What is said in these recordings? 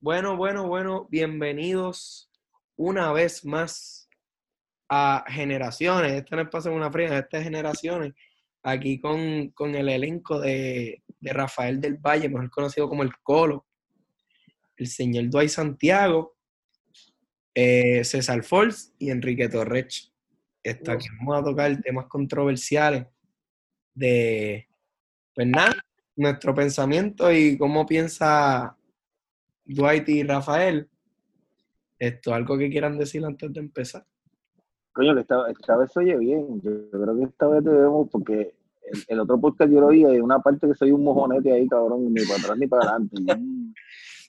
Bueno, bueno, bueno, bienvenidos una vez más a Generaciones. Este no es Pasen una fría, este es Generaciones. Aquí con, con el elenco de, de Rafael del Valle, mejor conocido como el Colo, el señor Dwight Santiago, eh, César Force y Enrique Torrech. Está aquí vamos a tocar temas controversiales de, pues nada, nuestro pensamiento y cómo piensa Dwight y Rafael. Esto, algo que quieran decir antes de empezar. Coño, que esta, esta vez se oye bien. Yo creo que esta vez debemos, porque el, el otro podcast yo lo oí y una parte que soy un mojonete ahí, cabrón, ni para atrás ni para adelante.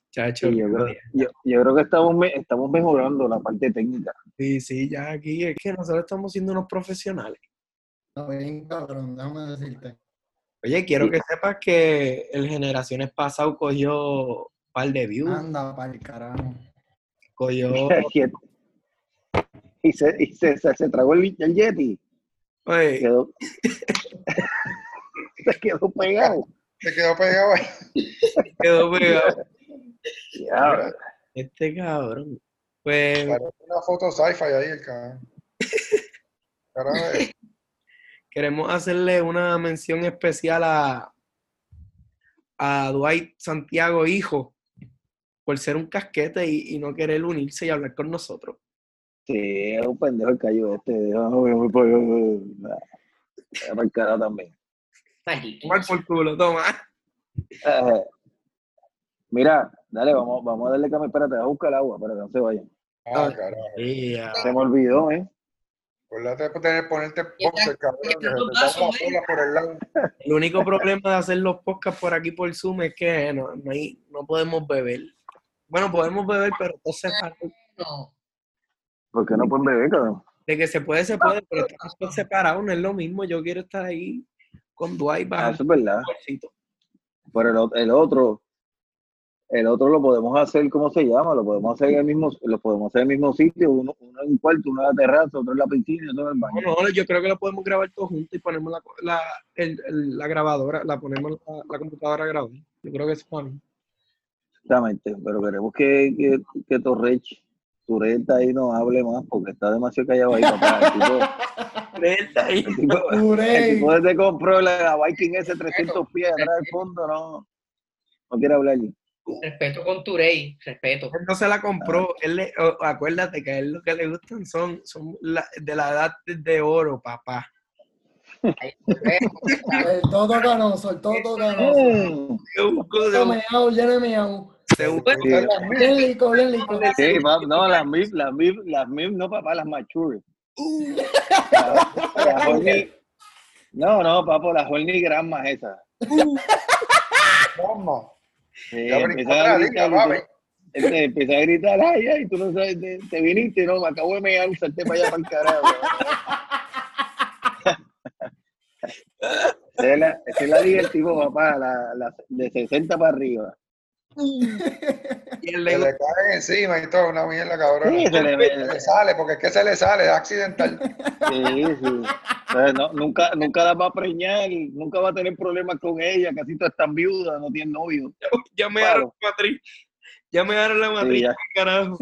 Chacho, Y yo, creo, yo- yo creo que estamos, me- estamos mejorando la parte técnica. sí, sí, ya aquí es que nosotros estamos siendo unos profesionales. Está bien, cabrón, déjame decirte. Oye, quiero Sí. que sepas que el Generaciones pasado cogió par de views, Ah. Anda para el carajo. cogió... Y, se, y se, se- se tragó el, el Yeti. Oye, Se quedó, se quedó pegado. Se quedó pegado ahí. quedó pegado. Ya, Este cabrón. Pues, Parece Una foto sci-fi ahí, el cabrón. Carajo, eh, queremos hacerle una mención especial a, a Dwight Santiago Hijo por ser un casquete y, y no querer unirse y hablar con nosotros. sí, es un pendejo el cayó este. Ah, voy, voy, voy, voy, voy. Ah, para el carajo también. Tomar por culo, toma. Eh, mira, dale, vamos, vamos a darle cambio. Espérate, voy a buscar el agua, espérate, no se vayan. Ah, carajo. Se me olvidó, ¿eh? Acuérdate de ponerte Ya, boxer, cabrón. Que se te ya, salga paso, la eh. cola por el lado. El único problema de hacer los podcasts por aquí por Zoom es que no, no hay- no podemos beber. Bueno, podemos beber, pero entonces No, ¿Por qué no pueden beber, cabrón? de que se puede, se puede, pero estamos todos separados, no es lo mismo. Yo quiero estar ahí con Dwight Ah, bajando eso es verdad. un bolsito. Pero el, o- el otro, el otro lo podemos hacer, ¿cómo se llama? Lo podemos hacer en el mismo, lo podemos hacer en el mismo sitio, uno, uno en un cuarto, uno en la terraza, otro en la piscina, otro en el baño. No, no, yo creo que lo podemos grabar todos juntos y ponemos la, la, el- el- la grabadora, la ponemos la, la computadora a grabar. Yo creo que eso para mí. Exactamente, pero queremos que, que, que Torrech, Tureta ahí no hable más porque está demasiado callado ahí, papá. El tipo, el tipo, el Juré. tipo desde que compró la Viking S 300 pies atrás eh, del fondo, no, no quiere hablar. respeto con Turey, respeto. Él no se la compró. Él le- o- acuérdate que a él lo que le gustan son, son la- de la edad de- de oro, papá. Soltó tocanoso, soltó tocanoso. Mm. Yo busco de Soltó un- meao, lleno de meao. de un- Sí, Bien lico, bien lico. sí, pap- no, las MIP, las MIP, las MIP, no papá, las mature. Uh, La Uh. Horny- No, no, papo, la horny grama es esa. Vamos. Sí, Ya brincó empiezan la a liga, gritar, papi. y tú- este, empiezan a gritar, ay, ay, tú no sabes, te, te viniste, no, me acabo de mear, salté para allá para el carajo. Esa es la, esa es la liga del tipo, papá, la, la- de 60 para arriba. y él Se le le cae encima y todo, una mierda, cabrón. Sí, se le ve- Se le sale, porque es que se le sale, es accidental. Sí, sí. Pero no, nunca, nunca la va a preñar, nunca va a tener problemas con ella, casi todas están viudas, no tienen novio. ya me dieron la matriz. Ya me dieron la Sí, matriz, ya, carajo.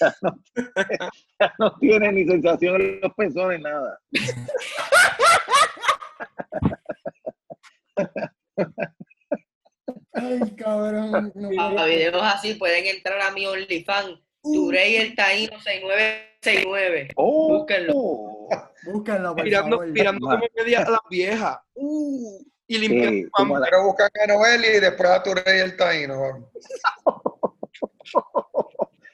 ya no tiene ni sensación en los pezones, nada. Ay, cabrón. no puedo. Para videos así pueden entrar a mi OnlyFans, Turey el Taíno 6969. Oh, Búsquenlo. Búsquenlo, por Mirando, favor. mirando Ma. como media a la vieja. Uh, y limpiando Sí, como la- Pero buscan a Noel y después a tu rey el taíno. cabrón.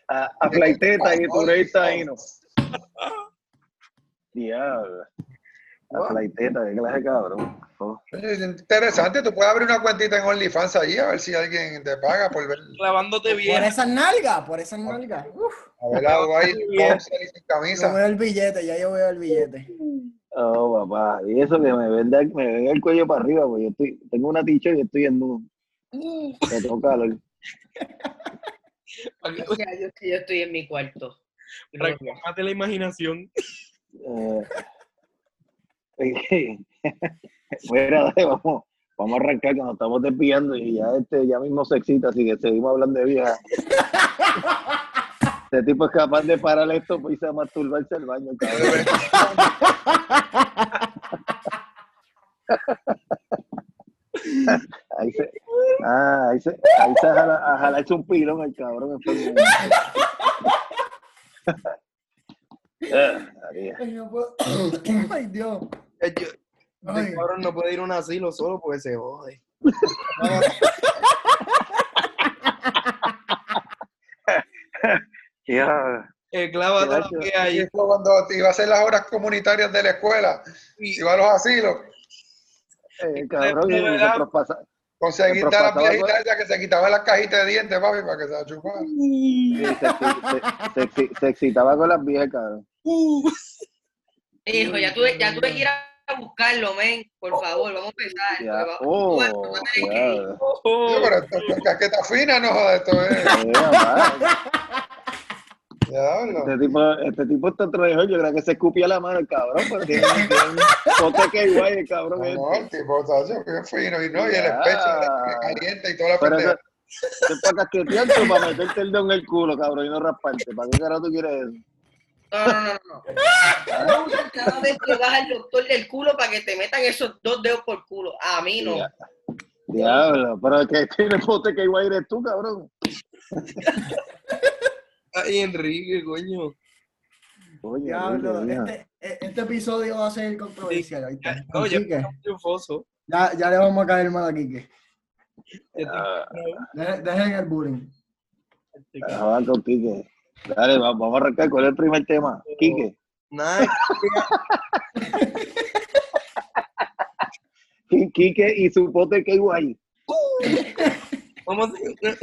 a, a Flaiteta y Tureta ahí, no. Diablo. A Flaiteta, qué clase de cabrón. Oh. Oye, Es interesante, tú puedes abrir una cuentita en OnlyFans allí a ver si alguien te paga por ver, lavándote Por bien. esas nalgas, por esas nalgas. Uf, a ver a Dubai boxer y sin yo camisa. veo el billete, ya yo veo el billete. Oh, papá. Y eso que me venga, me venga el cuello para arriba, porque yo estoy, tengo una ticha y estoy en nudo. Me toca calor. Para que, O sea, yo, yo estoy en mi cuarto. para que mate la imaginación. Eh, Fuera, dale, vamos. Vamos a arrancar que nos estamos desviando y ya este ya mismo se excita, así que seguimos hablando de vieja. Este tipo es capaz de parar esto pues, y se masturbarse al baño, cabrón. Ahí se, ah, ahí se, ahí se jala, a jalarse un pilón el cabrón enfermo. Ah, María. Ay, no puedo. Ay, Dios. Eh, yo- Ay. este cabrón no puede ir a un asilo solo porque se jode. Ya. Eh, clava todo lo Gracias. que hay. Y fue cuando te iba a hacer las horas comunitarias de la escuela, Y- iba a los asilos, Eh, cabrón, y nosotros pasa- conseguiste Pero a las pasaba viejitas esas que se quitaban las cajitas de dientes, papi, para que se la chuparan. sí, se, exci- se- se exci- se excitaba con las viejas, cabrón. Hijo, ya tuve, ya tuve que ir a buscarlo, men. Por favor, vamos a empezar. Oh, porque Ya. vamos- Oh, vamos a tener que ir. ya. Yo, pero esto es casqueta fina, no jodas, esto es. Eh, mamá, Diablo. Este tipo, este tipo está traidor, yo creo que se escupía la mano el cabrón, pero tiene tiene un pote que igual el cabrón. este. No, el tipo, ¿sabes? Bien fino, y no, y el Ya. especho, que calienta y toda la Pero eso, pendeja. eso es para casquetearte o para meterte el dedo en el culo, cabrón, y no rasparte. ¿Para qué carajo tú quieres eso? No, no, no, no. no. Cada vez que vas al doctor del culo para que te metan esos dos dedos por culo. A mí no. Ya. Diablo, pero que tiene pote que igual eres tú, cabrón. Ay, Enrique, coño. Oye, Diablo, oye, oye. este, e- este episodio va a ser controversial ahorita. Ya- No, ya Así que está triunfoso. ya, ya le vamos a caer mal a Quique. Ah, De- Dejen el bullying. ah, va con Quique. Dale, va- vamos a arrancar. ¿Cuál es el primer tema? Quique. Nada, Qui- Quique y su pote que igual. vamos a hacer una,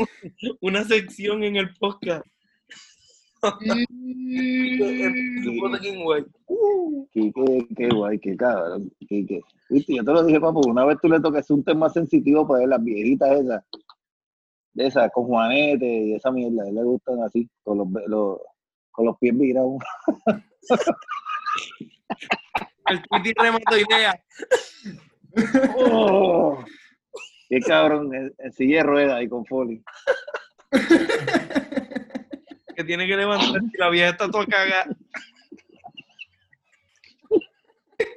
una sección en el podcast. Mm. Supongo que en Guay. Quique, qué guay, qué cabrón, Quique. Viste, yo te lo dije, papu, una vez tú le toques un tema sensitivo para las viejitas esas, de esas, con Juanete y esa mierda, a él le gustan así, con los, be- los- con los pies virados. El Twitter remató idea. ¡Oh! Qué cabrón, en, en silla de ruedas y con foli. que tiene que levantar y la vieja está toda cagada.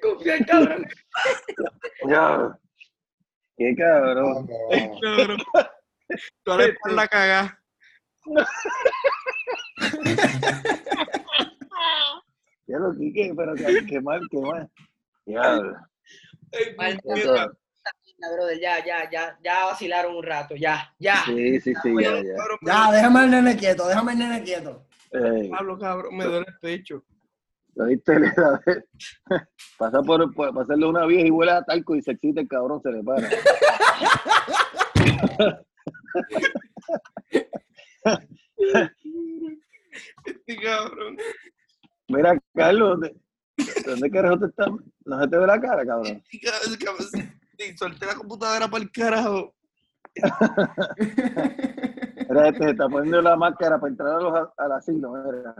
Confía en cabrón. Ya. Qué cabrón. Ay, Diablo. cabrón. Toda la espalda cagada. Ya lo Quique, pero qué, qué mal, qué mal. Ya, Ay, Mal, puñeta. Ya, brother, ya, ya, ya, ya vacilaron un rato, ya, ya. sí, sí, sí, ya, ya. Cabrón, Ya, déjame al nene quieto, déjame al nene quieto. Ey. Pablo, cabrón, me duele el pecho. ¿Oíste? Le da- Pasa por, por pasarle una vieja y huele a talco y se excita el cabrón, se le para. Este cabrón. Mira, Carlos, ¿dónde, dónde carajo te está? No se te ve la cara, cabrón. Este cabrón, este cabrón. Sí, Solté la computadora para el carajo. Mira, este se está poniendo la máscara para entrar a los, a- al asilo. Mira.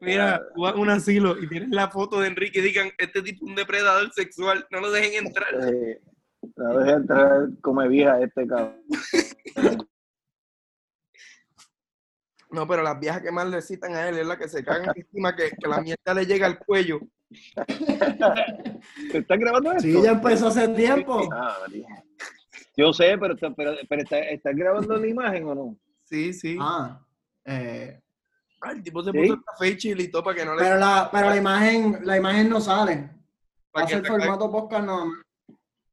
Mira, tú vas a un asilo y tienes la foto de Enrique y digan, este tipo es un depredador sexual, no lo dejen entrar. Eh, no dejes entrar, come vieja este cabrón. No, pero las viejas que más le citan a él es la que se cagan encima, que, que la mierda le llega al cuello. ¿Te estás grabando esto? Sí, ya empezó hace tiempo. Ah, María. Yo sé, pero, está- pero, pero está- ¿estás grabando la imagen o no? Sí, sí. Ah, eh, Ah, el tipo se ¿Sí? puso esta fecha y listo para que no le... pero la, pero la imagen, la imagen no sale. Va para a que ser le caguen- formato podcast nada más.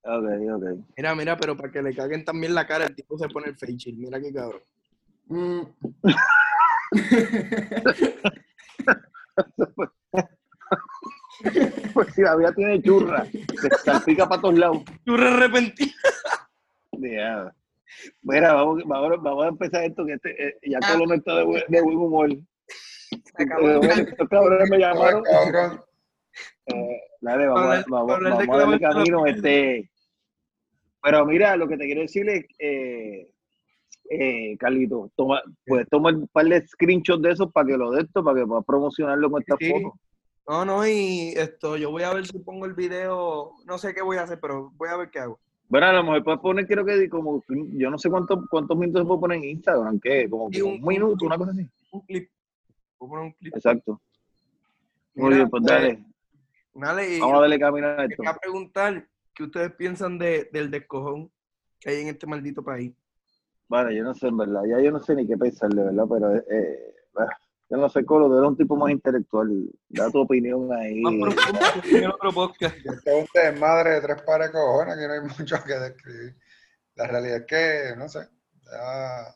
Ok, ok. Mira, mira, pero para que le caguen también la cara, el tipo se pone el face shield. Mira qué cabrón. Mm. Pues si la vieja tiene churra, se salpica para todos lados. Churra arrepentí. Ya. Mira, vamos, vamos, vamos a empezar esto, que este, eh, ya todo lo está de, buen- de buen humor. Se acabó. Eh, bueno, estos cabrones me llamaron. Cabrón. Eh, dale, vamos, Para hablar- a- vamos, para hablar de vamos a darle clavar todo. camino. Este. Pero mira, lo que te quiero decir es, eh, eh, Carlito, toma, puedes tomar un par de screenshots de esos para que lo de esto, para que puedas promocionarlo con estas Sí. fotos. No, no, y esto, yo voy a ver si pongo el video, no sé qué voy a hacer, pero voy a ver qué hago. Bueno, a lo mejor puedes poner, creo que como, yo no sé cuánto, cuántos minutos se puede poner en Instagram, ¿qué? Como Sí, que un un- minuto, una cosa así. Un clip. Voy a poner un clip. Exacto. Muy Mira, bien, pues pues, dale. Dale, y Vamos a darle camino a esto. quería preguntar qué ustedes piensan de, del descojón que hay en este maldito país. Vale, yo no sé, en verdad. Ya yo no sé ni qué pensarle, ¿verdad? Pero, eh, bueno, yo no sé, Colo, tú eres un tipo más intelectual. Da tu opinión ahí. Más profundo que en el otro podcast. Esto es un desmadre de tres pares de cojones, que no hay mucho que describir. La realidad es que, no sé, ya-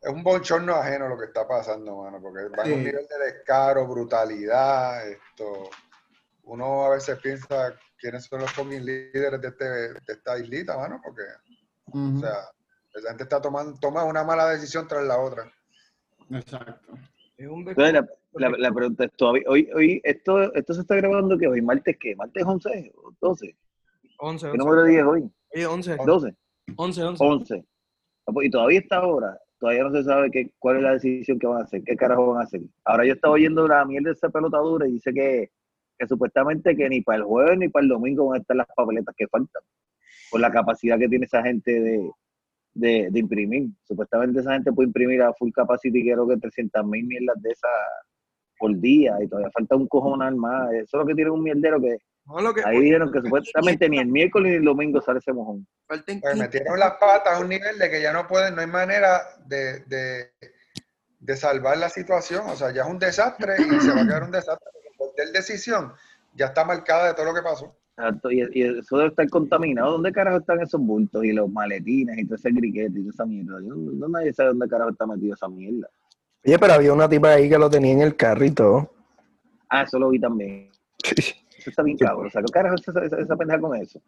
es un bonchorno ajeno lo que está pasando, mano, porque va a un Sí. nivel de descaro, brutalidad, esto. Uno a veces piensa quiénes son los fucking líderes de, este, de esta islita, mano, porque, o Ujú, sea, la gente está tomando toma una mala decisión tras la otra. Exacto. Es un Entonces, descojón. la, la- la pregunta es, ¿todavía, hoy, hoy, esto, esto se está grabando que hoy, martes, ¿qué? ¿Martes 11 o 12? 11, ¿Qué número 10 hoy? 11, 12, 11, 11. 11. Ah, pues, Y todavía está ahora, todavía no se sabe qué, cuál es la decisión que van a hacer, qué carajo van a hacer. Ahora yo estaba oyendo la mierda de esa pelotadura y dice que, que supuestamente que ni para el jueves ni para el domingo van a estar las papeletas que faltan, por la capacidad que tiene esa gente de, de, de imprimir. Supuestamente esa gente puede imprimir a full capacity, creo que 300 mil mierdas de esas por día y todavía falta un cojonal más. Eso es lo que tiene un mierdero que No, lo que ahí dijeron que supuestamente ni el miércoles ni el domingo sale ese mojón. falta en Pues 15. metieron las patas a un nivel de que ya no pueden, no hay manera de, de, de salvar la situación. O sea, ya es un desastre y se va a quedar un desastre. porque Cualquier decisión ya está marcada de todo lo que pasó. Exacto, y, y eso debe estar contaminado. ¿Dónde carajo están esos bultos y los maletines y todo ese griquete y toda esa mierda? Yo no, no- nadie sabe dónde carajo está metido esa mierda. Oye, pero había una tipa ahí que lo tenía en el carrito. Ah, eso lo vi también. Eso está bien cabrón. O sea, ¿qué carajo es esa, esa, esa pendeja con eso?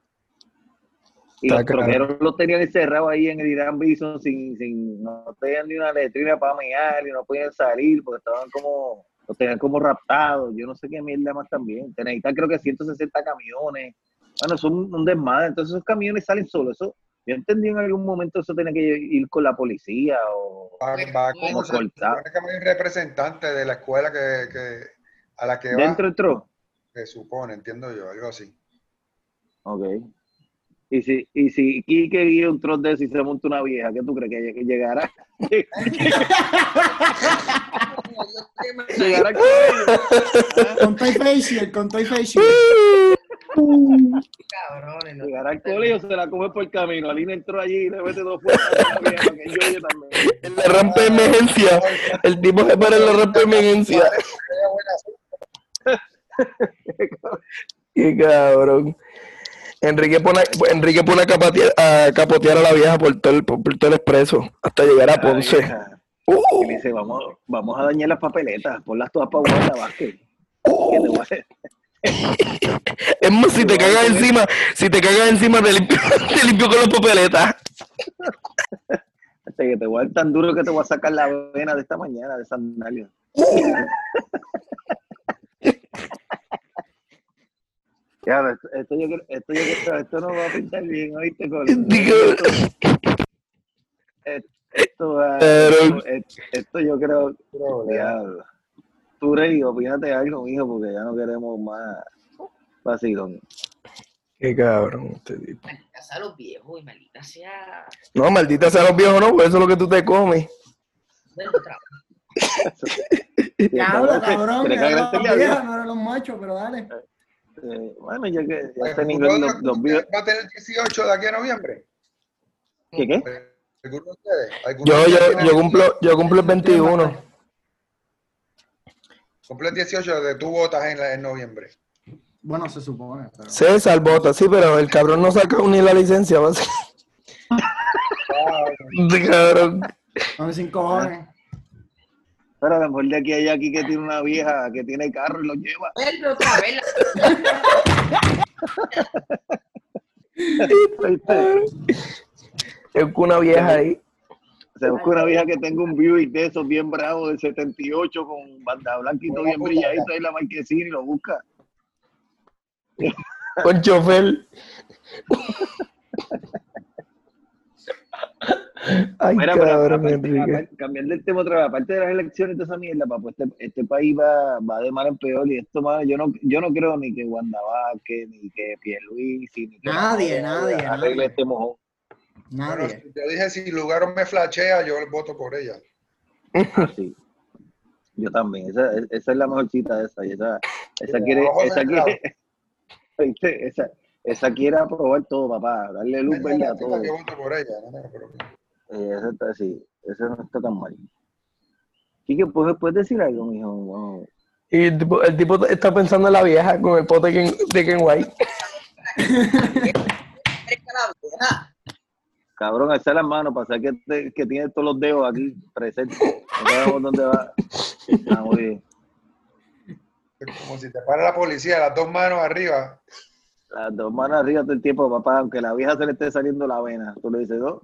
Y Está los cabrón. troqueros los tenían encerrados ahí en el Irán Bison sin, sin, no tenían ni una letrina para mear y no podían salir porque estaban como, los tenían como raptados. Yo no sé qué mierda más también. Te necesitan creo que 160 camiones. Bueno, son un, un desmadre. Entonces esos camiones salen solos. Eso, yo entendí en algún momento eso tenía que ir con la policía o... Va, va con o o sea, cortar. supone que hay un representante de la escuela que, que- a la que va, Dentro del tro. se supone, entiendo yo, algo así. Ok. Y si, y si Quique guía un trote de eso y se monta una vieja, ¿qué tú crees que lle- llegará? llegará con ellos. Con Toy Facial, con Toy Facial. Cabrones, no. Llegará al colegio, se la come por el camino. Alina entró allí y le mete dos fuerzas a la vieja, que yo, yo también. En la rampa de emergencia. El tipo se para en la rampa de emergencia. Qué cabrón. Enrique pone, Enrique pone a, capatear- a capotear a la vieja por todo, el, por todo el expreso hasta llegar a Ponce. Y Uh, le dice, vamos, vamos a dañar las papeletas, ponlas todas para Wanda Vázquez. Que te voy a- uh. es más, si te cagas encima, si te cagas encima, te limpio, te limpio con las papeletas. Este, que te voy a dar tan duro que te voy a sacar la vena de esta mañana, de sandalia. Ya, pero esto, esto yo creo, esto yo creo- esto no va a pintar bien, ¿oíste? Con, Digo, esto, esto va- Pero- esto- esto yo creo, diablo. Tú, Rey, opínate algo, mijo, porque ya no queremos más vacilón. Qué cabrón este tipo. Maldita sea los viejos y maldita sea No, maldita sea los viejos, no, pues eso es lo que tú te comes. del trabajo. Diablo, cabrón. ¿Crees que era agradecerle la a Dios? vieja, no eran los machos, pero dale. Eh, bueno, ya que ya Pues, este ¿alguno nivel de los, ustedes los viejos- va a tener 18 de aquí a noviembre? Pues, ¿Qué qué? ¿Alguno de ustedes? ¿Alguno de Yo, yo, ustedes tiene- yo cumplo, yo cumplo el 21. cumple el 18 de tú votas en, la- en noviembre. Bueno, se supone, pero. César vota, sí, pero el cabrón no saca ni la licencia, va a ser- De cabrón. Son sin cojones. Pero a lo mejor de aquí a allá aquí que tiene una vieja que tiene carro y lo lleva. Vuelve otra vez la ¿oíste? Es una vieja ahí. Se busca una vieja que tenga un Buick de esos bien bravo del 78 con banda blanquito bien brilladito ahí en la marquesina y lo busca. Con chofer. Ay, Mira, pero cabrón, aparte- Enrique. aparte- cambiando el tema otra vez, aparte de las elecciones y toda esa mierda, papo, este, este país va, va de mal en peor y esto, mano, yo no, yo no creo ni que Wanda Vázquez, ni que Pierluisi, ni que Nadie, nadie, arregle nadie. este mojón. Bueno, Nadie. yo dije, si Lugaro me flashea, yo voto por ella. Así. Yo también, esa, esa es la mejor cita de esa, y esa, esa quiere, Ojo esa cerrado. quiere, ¿viste? esa, esa quiere aprobar todo, papá, darle luz verde a Esa es la todo. que Yo voto por ella. no tengo problema. Eh, Esa está así, esa no está tan mal. Quique, ¿puedes, puedes decir algo, mijo? No. Y el tipo, el tipo está pensando en la vieja con el pote de Ken, de Ken White. Cabrón, alza las manos para saber que, te- que tienes todos los dedos aquí presentes. No sabemos dónde va. Ah, muy bien. Es como si te para la policía, las dos manos arriba. Las dos manos arriba todo el tiempo, papá, aunque la vieja se le esté saliendo la vena. Tú le dices, no,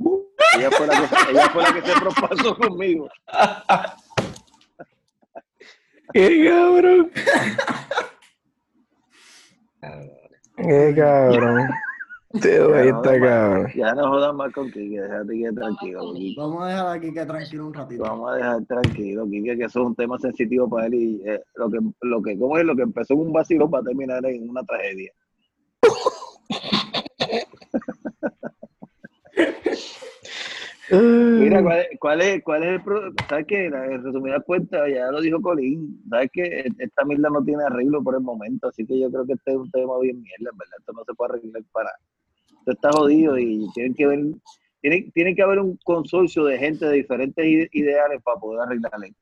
ella fue la que, ella fue la que se propasó conmigo. ¡Qué cabrón! ¡Qué cabrón! Te doy Ya no, esta, no, cabrón. Ya no jodas más con Quique, déjate que tranquilo. Quique. Vamos a dejar aquí que tranquilo un ratito. Vamos a dejar tranquilo, Quique, que eso es un tema sensitivo para él y eh, lo que, lo que, ¿cómo es? Lo que empezó en un vacilón va a terminar en una tragedia. Mira, ¿cuál, es- cuál es, cuál es el pro- ¿Sabes qué? La- En resumidas cuentas, ya lo dijo Colín, ¿sabes qué? E- Esta mierda no tiene arreglo por el momento, así que yo creo que este es un tema bien mierda, en ¿verdad? Esto no se puede arreglar para... Esto está jodido y tienen que ver... Tiene, tiene que haber un consorcio de gente de diferentes ide- ideales para poder arreglar esto.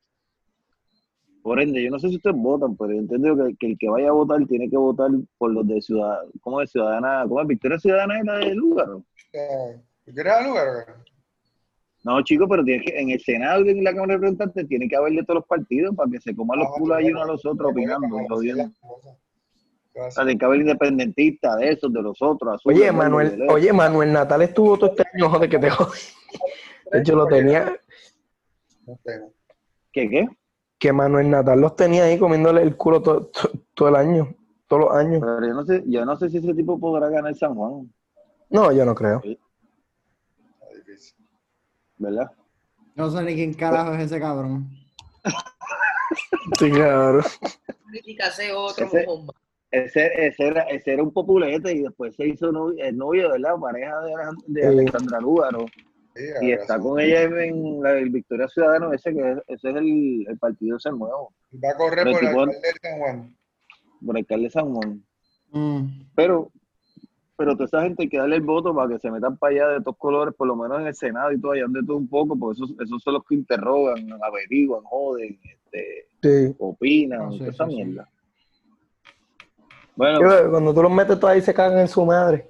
Por ende, yo no sé si ustedes votan, pero yo entiendo que, que el que vaya a votar tiene que votar por los de ciudad, ¿cómo es ciudadana? ¿Cómo es Victoria Ciudadana es la de lugar? Eh, ¿Tú quieres a Lugaro? No, chicos, pero tienes que, en el Senado y en la Cámara de Representantes tiene que haber de todos los partidos para que se coman los Ah, culos ahí bueno, uno a los otros bueno, opinando. para y jodiendo. decir las cosas. O Gracias. sea, tiene que haber independentistas de esos, de los otros. azules, Oye, verdes, Manuel, violetas. oye, Manuel Natal estuvo todo este año, joder, que te jode. De hecho, lo tenía, No tengo. ¿Qué, qué? que Manuel Natal los tenía ahí comiéndole el culo todo, todo, todo el año, todos los años. Pero yo no sé, yo no sé si ese tipo podrá ganar San Juan, No, yo no creo. Está difícil. ¿verdad? No sé ni quién carajo es ese cabrón. Sí, claro. Criticase otro Ese- mojón más. Ese, ese, era, ese era un populete y después se hizo novio, el novio, ¿verdad? Pareja de, Alej- de Sí. Alexandra Lúgaro. Sí, Y ahora está sí. con ella en la el Victoria Ciudadano, ese que es, ese es el, el partido ese nuevo, Va a correr Pero por el tipo- alcalde de San Juan. por el alcalde de San Juan. Mm. Pero, pero toda esa gente hay que darle el voto para que se metan para allá de todos colores, por lo menos en el Senado y todo, allá de todo un poco, porque esos, esos son los que interrogan, averiguan, joden, este, Sí. opinan, Ah, sí, toda esa sí, sí. mierda. Bueno, Yo, Cuando tú los metes todos ahí se cagan en su madre.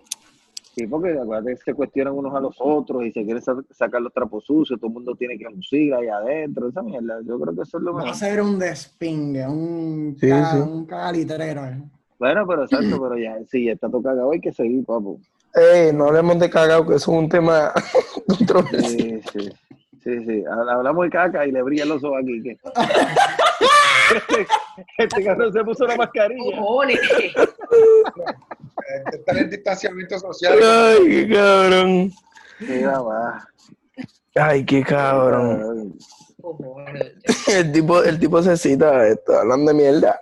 sí, porque acuérdate que se cuestionan unos a los otros y se quieren sa- sacar los trapos sucios, todo el mundo tiene que lucir allá adentro, esa mierda. Yo creo que eso es lo Va a mejor. ser un despingue, un, Sí, ca- sí. un cagalitrero. eh. Bueno, pero exacto, pero ya, sí, ya está tocada hoy, hay que seguir, papo. Ey, no hablemos de cagao, que eso es un tema Sí, controversial. sí, sí, sí. Habla- Hablamos de caca y le brillan los ojos aquí. que- este, este cabrón se puso la mascarilla. Cojones. Eh, Está en distanciamiento social. Ay, qué cabrón. Mira, va. Ay, qué cabrón. Cojones. El tipo, el tipo se cita, está hablando de mierda.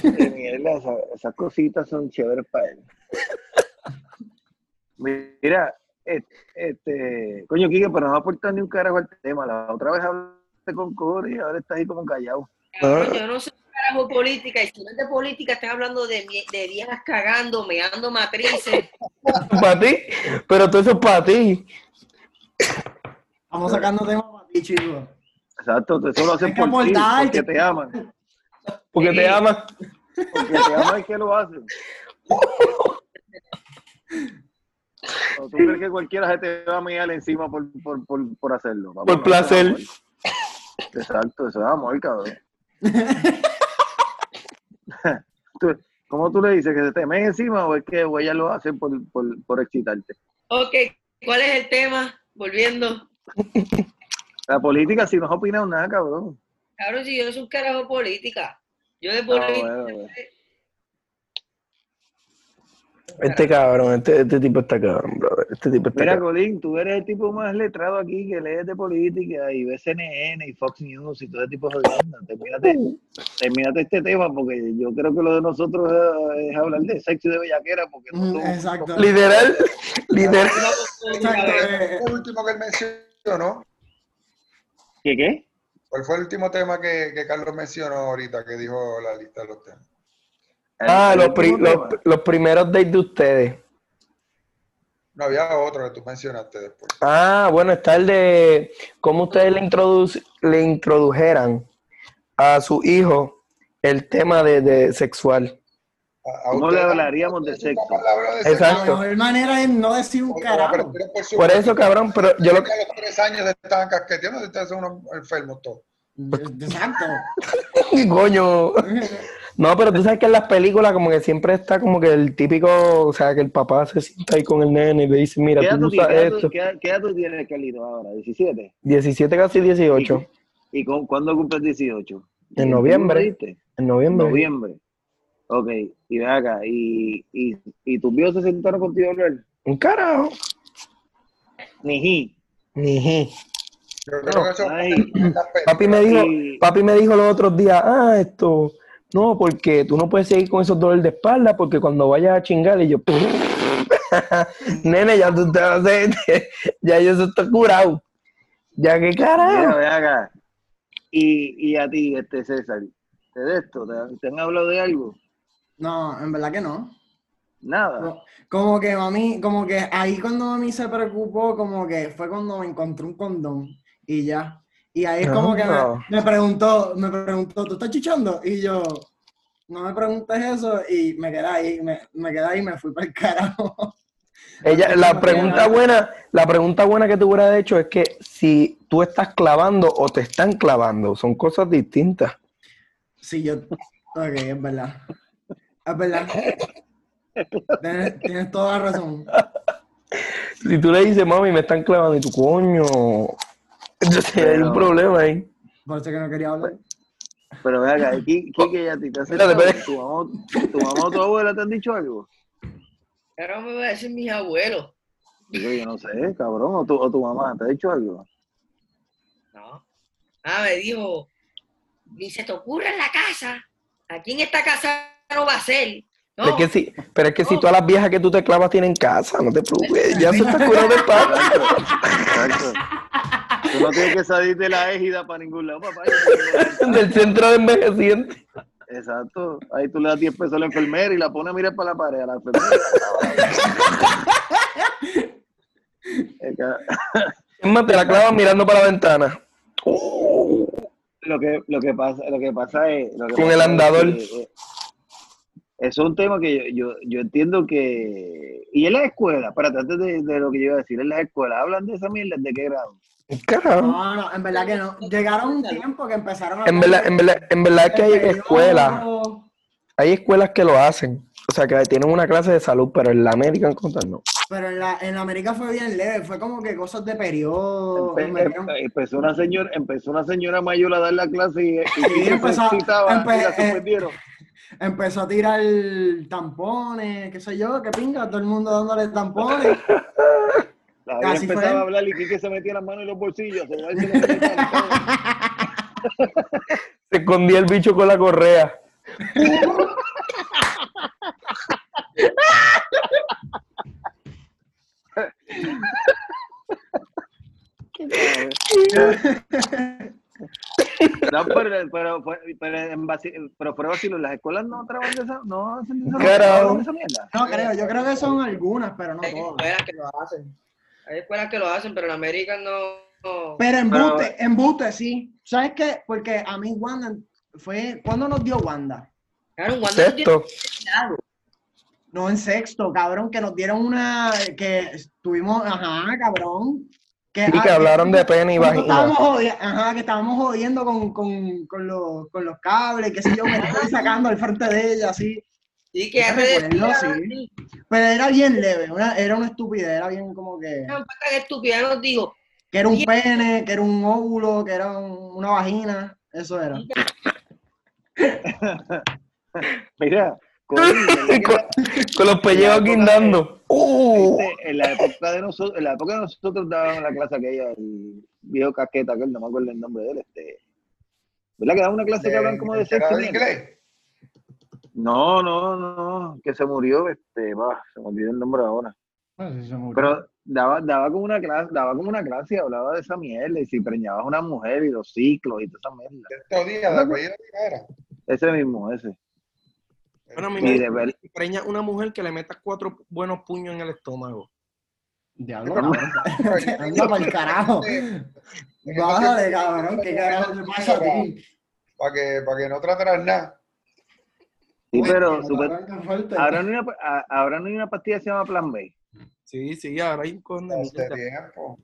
Qué mierda, esa- esas cositas son chéveres para él. Mira, et- este, coño, Kike, pero no aportas ni un carajo al tema. La otra vez hablaste con Cory y ahora estás ahí como callado. Cabrón, Yo no sé un carajo de política. Y si no es de política, están hablando de, mie- de viejas cagando, meando matrices. Para ti, pero todo eso es para ti. Estamos sacando temas para ti, chicos. Exacto, tú eso lo haces Hay que por ti, aportar. porque te aman. Porque te Sí. amas. Porque te aman y que lo hacen. ¿O tú crees que cualquiera se te va a mirar encima por, por, por, por hacerlo? Vamos, Por no, placer. eso es amor. Exacto, eso es amor, cabrón. Tú- ¿Cómo tú le dices? ¿Que se te meen encima o es que o ellas lo hacen por, por, por excitarte? Ok, ¿cuál es el tema? Volviendo. La política, si no has opinado nada, cabrón. Cabrón, si yo no soy un carajo de política. Yo de No, política. bueno, bueno. Este cabrón, este, este tipo está cabrón, brother. Este tipo está Mira, cabrón. Colín, tú eres el tipo más letrado aquí que lees de política y ves CNN y Fox News y todo ese tipo de cosas. Termínate, termínate este tema porque yo creo que lo de nosotros eh, es hablar de sexo y de bellaquera porque no Mm, somos- Exacto. Literal, literal. Exacto, eh, fue el último que él mencionó? ¿Qué qué? ¿Cuál fue el último tema que, que Carlos mencionó ahorita que dijo la lista de los temas? Ah, El- el los, pri- último los- tema. los primeros dates de ustedes. No, había otro que tú mencionaste después. Ah, bueno, está el de cómo ustedes le, introdu- le introdujeran a su hijo el tema de, de sexual. A- a ¿Cómo usted- le hablaríamos de sexo? Nunca habló de sexo. la Exacto. mejor manera es no decir un Como carajo. aprendieron por su- Por eso, cabrón, pero yo lo que a los tres años estaban casqueteando, ustedes son unos enfermos todos. Exacto. que... Coño. No, pero tú sabes que en las películas como que siempre está como que el típico, o sea, que el papá se sienta ahí con el nene y le dice, mira, ¿Qué edad tú tú usas tienes- qué edad tú- esto. qué edad- qué edad tú tienes, Carlito, ahora? ¿17? 17, casi 18. ¿Y con, cuándo cumples 18? En noviembre. ¿Viste? En noviembre. Noviembre. Ok, y ven acá, y, y, y tus viejos se sentaron contigo a hablar. Un carajo. Nijí. Niji. Yo creo que eso ay. las pe- Papi me dijo, Y- papi me dijo los otros días, ah, esto, no, porque tú no puedes seguir con esos dolores de espalda, porque cuando vayas a chingar, y yo, nene, ya tú te vas a hacer, ya yo eso está curado. Ya que Mira, carajo. ven acá. Y, y a ti, este César, ¿te de esto? ¿Te, te han hablado de algo? No, en verdad que no. Nada. Co- Como que mami, como que ahí cuando mami se preocupó, como que fue cuando me encontré un condón y ya. Y ahí es como que me, Anda. me preguntó, me preguntó, ¿tú estás chichando? Y yo, no me preguntes eso y me quedé ahí, me, me quedé ahí y me fui para el carajo. Ella, la pregunta Mira. buena, la pregunta buena que tú hubieras hecho es que si tú estás clavando o te están clavando, son cosas distintas. Sí, yo, ok, es verdad. Es verdad. Tienes, tienes toda la razón. Si tú le dices, mami, me están clavando, y tú, coño, entonces hay Pero- un problema ahí. Por eso que no quería hablar. Pero ven acá, ¿qué, qué a ti te has sentado? Espérate, espérate. ¿Tu mamá, ¿Tu mamá o tu abuela te han dicho algo? Ahora me voy a decir mis abuelos. Digo, yo no sé, cabrón, o tu, o tu mamá te ha dicho algo. No. Ah, me dijo, ni se te ocurre en la casa. Aquí en esta casa no va a ser. No, Pero es que si, pero es que si No. todas las viejas que tú te clavas tienen casa, no te preocupes, ya se está curado de espalda. Exacto, exacto. Tú no tienes que salir de la égida para ningún lado, papá. Del centro de envejecientes. Exacto. Ahí tú le das 10 pesos a la enfermera y la pones a mirar para la pared. A la enfermera. Es que- Es más, te la clavas mirando para la ventana. lo que lo que pasa lo que pasa es lo que Con pasa el es andador. que, eh, eso es un tema que yo, yo, yo entiendo que y en las escuelas espérate, antes de, de lo que yo iba a decir en las escuelas hablan de esa mierda de qué grado Carajo. No, no, en verdad que no. Llegaron un tiempo que empezaron a En verdad, en verdad, en verdad que hay escuelas, hay escuelas que lo hacen. O sea, que tienen una clase de salud, pero en la American Contact no. Pero en la, en la América fue bien leve, fue como que cosas de periodo. Empe- me empe- dieron- Pues, eh, empezó una señora empezó una señora mayor a dar la clase y, y, Sí, se empezó- excitaba y la empe- eh. suspendieron empezó a tirar tampones, qué sé yo, qué pinga, todo el mundo dándole tampones. la había Casi fue. empezado a hablar y Kike se metía las manos en los bolsillos se iba a ir con el pantalón. Se escondía el bicho con la correa. no, pero, pero, fue- pero, en vaci- pero fue vacilo, las escuelas no trabajan de esa, no hacen de esa, Carajo. no hablan de esa mierda. No creo, yo creo que son algunas, pero no Eh, hay todas. escuelas que lo hacen. Hay escuelas que lo hacen, pero en América no. no. Pero embuste, embuste, sí. ¿Sabes qué? Porque a mí Wanda fue, ¿cuándo nos dio Wanda? Claro, pues, cuando tú tienes Sexto. cuidado, No en sexto, cabrón, que nos dieron una, que estuvimos, ajá, cabrón. Que, ah, Y que hablaron de pene y Nosotros vagina. Estábamos jodiendo, ajá, que estábamos jodiendo con, con, con, los, con los cables, qué sé yo, me estoy sacando al frente de ella, así. Y que Yo hace recuerdo, de- sí. Pero era bien leve, una- era una estupidez, era bien como que, Una pata que estúpida nos dijo, que era un pene, que era un óvulo, que era un- Ah. una vagina, eso era. Mira, Corillo, con, con los pellejos guindando. ¡Uh! ¿viste? En la época de nosotros, en la época de nosotros dábamos la clase aquella, el viejo casqueta, que no me acuerdo el nombre de él, este. ¿Verdad que daba una clase que hablan como de que era sexo? de inglés. No, no, no, que se murió, este, va, se me olvidó el nombre ahora. No sé si se murió. Pero daba, daba como una clase, daba como una clase y hablaba de esa mierda, y si preñabas a una mujer y los ciclos y toda esa mierda. De estos días, de apellido Rivera. Ese mismo, ese. Bueno, mi Y madre de ver- preña una mujer que le metas cuatro buenos puños en el estómago. Diablo, cabrón. Anda para el carajo. Bájale, cabrón. ¿Qué carajo te pasa a ti? Para que, para que no trataras nada. Sí, pero Cabrón, supuest- qué fuerte. ahora no hay una, a- ahora no hay una pastilla que se llama Plan B. Sí, sí, ahora hay un cojón de Hace mierda. tiempo.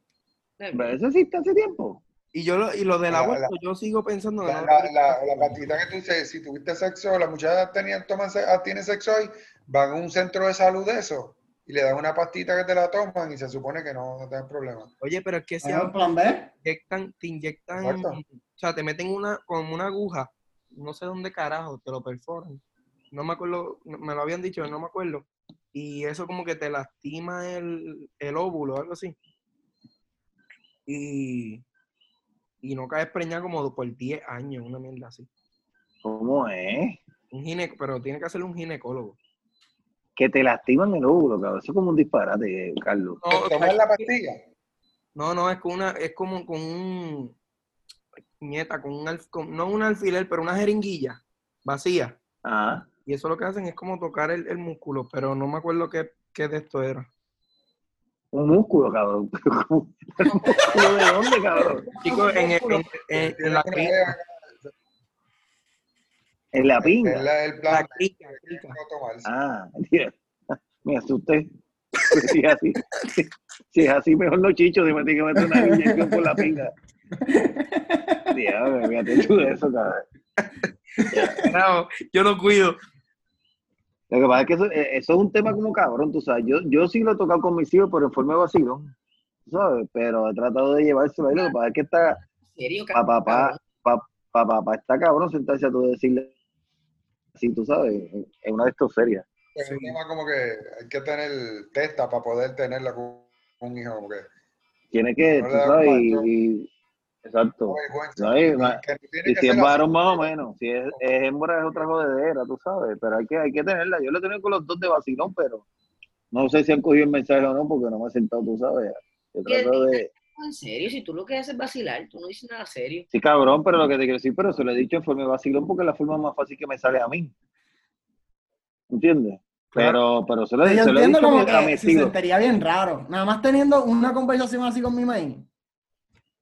Pero eso existe hace tiempo. Y yo lo, y lo del La- aborto, la- yo sigo pensando que La, no la, la, la patita que tú dices, si tuviste sexo, las muchachas tenían, toman, se- ah, tienen sexo hoy, van a un centro de salud de eso y le dan una pastita que te la toman y se supone que no, no te dan problema. Oye, pero es que si ¿Hay un ahora plan B? te inyectan, te inyectan, Exacto. o sea, te meten una con una aguja, no sé dónde carajo, te lo perforan. No me acuerdo, no- me lo habían dicho, no me acuerdo. Y eso como que te lastima el, el óvulo, algo así. Y, y no caes preñada como por 10 años, una mierda así. ¿Cómo es? Un gine, pero tiene que hacerlo un ginecólogo. Que te lastiman el óvulo, cabrón. Eso es como un disparate, Carlos. No, ¿Te tomas la pastilla? No, no, es con una, es como con un nieta, con un alf- con- no un alfiler, pero una jeringuilla vacía. Ah, Y eso lo que hacen es como tocar el, el músculo, pero no me acuerdo qué, qué de esto era. un músculo, cabrón. ¿Un músculo de dónde, cabrón? Chicos, en, en- en- en- en la Tienes crica, una- En la Es pinga. la- el plan la crica, que tienen que crica. no tomarse. Ah, tía. me asusté. Si es así, si, si es así mejor no chicho, si me tiene que meter una inyección por la pinga. Diablo, fíjate tú de eso, cabrón. No, yo lo cuido. Lo que pasa es que eso, eh, eso es un tema como cabrón, tú sabes. Yo, yo sí lo he tocado con mis hijos, pero en forma de vacilón, tú ¿sabes? Pero he tratado de llevárselo ahí. Lo que pasa es que está, ¿En serio, pa, pa, cabrón? pa, pa, pa, pa, pa, está cabrón sentarse a tú decirle, sí, tú sabes, en en una de estas ferias. Es un tema como que hay que tener testa para poder tenerla con un hijo, como que Tiene que, No tú le da sabes, y, cuarto. y- exacto. no vergüenza. No, y ma- Que no tiene Y que si ser es así. varón más o menos, si es, es hembra es otra jodedera, tú sabes, pero hay que, hay que tenerla. Yo lo he tenido con los dos de vacilón, pero no sé si han cogido el mensaje o no, porque no me he sentado, tú sabes. Yo ¿Qué trato de, En serio, si tú lo que haces es vacilar, tú no dices nada serio. sí cabrón, pero lo que te quiero decir, pero se lo he dicho en forma de vacilón porque es la forma más fácil que me sale a mí. ¿Entiendes? Pero, pero se lo, he- Yo se lo he entiendo dicho a como mi- a que mis se hijos. sentiría bien raro. Nada más teniendo una conversación así con mi main,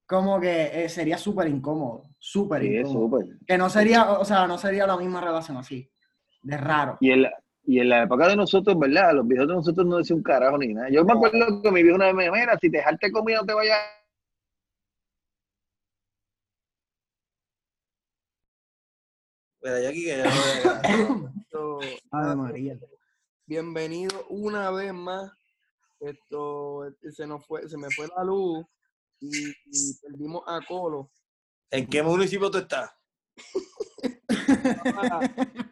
como que eh, sería súper incómodo. Súper Sí, es incómodo. súper. Que no sería, o sea, no sería la misma relación así. De raro. Y en, la, y en la época de nosotros, ¿verdad? Los viejos de nosotros no decían un carajo ni nada. Yo me acuerdo que mi viejo una vez me dijo, mira, si te dejaste comida no te vayas Mira, yo aquí que ya no voy a- Ave María. ah, Bienvenido una vez más. Esto este, se nos fue, se me fue la luz y, y perdimos a Colo. ¿En qué municipio tú estás?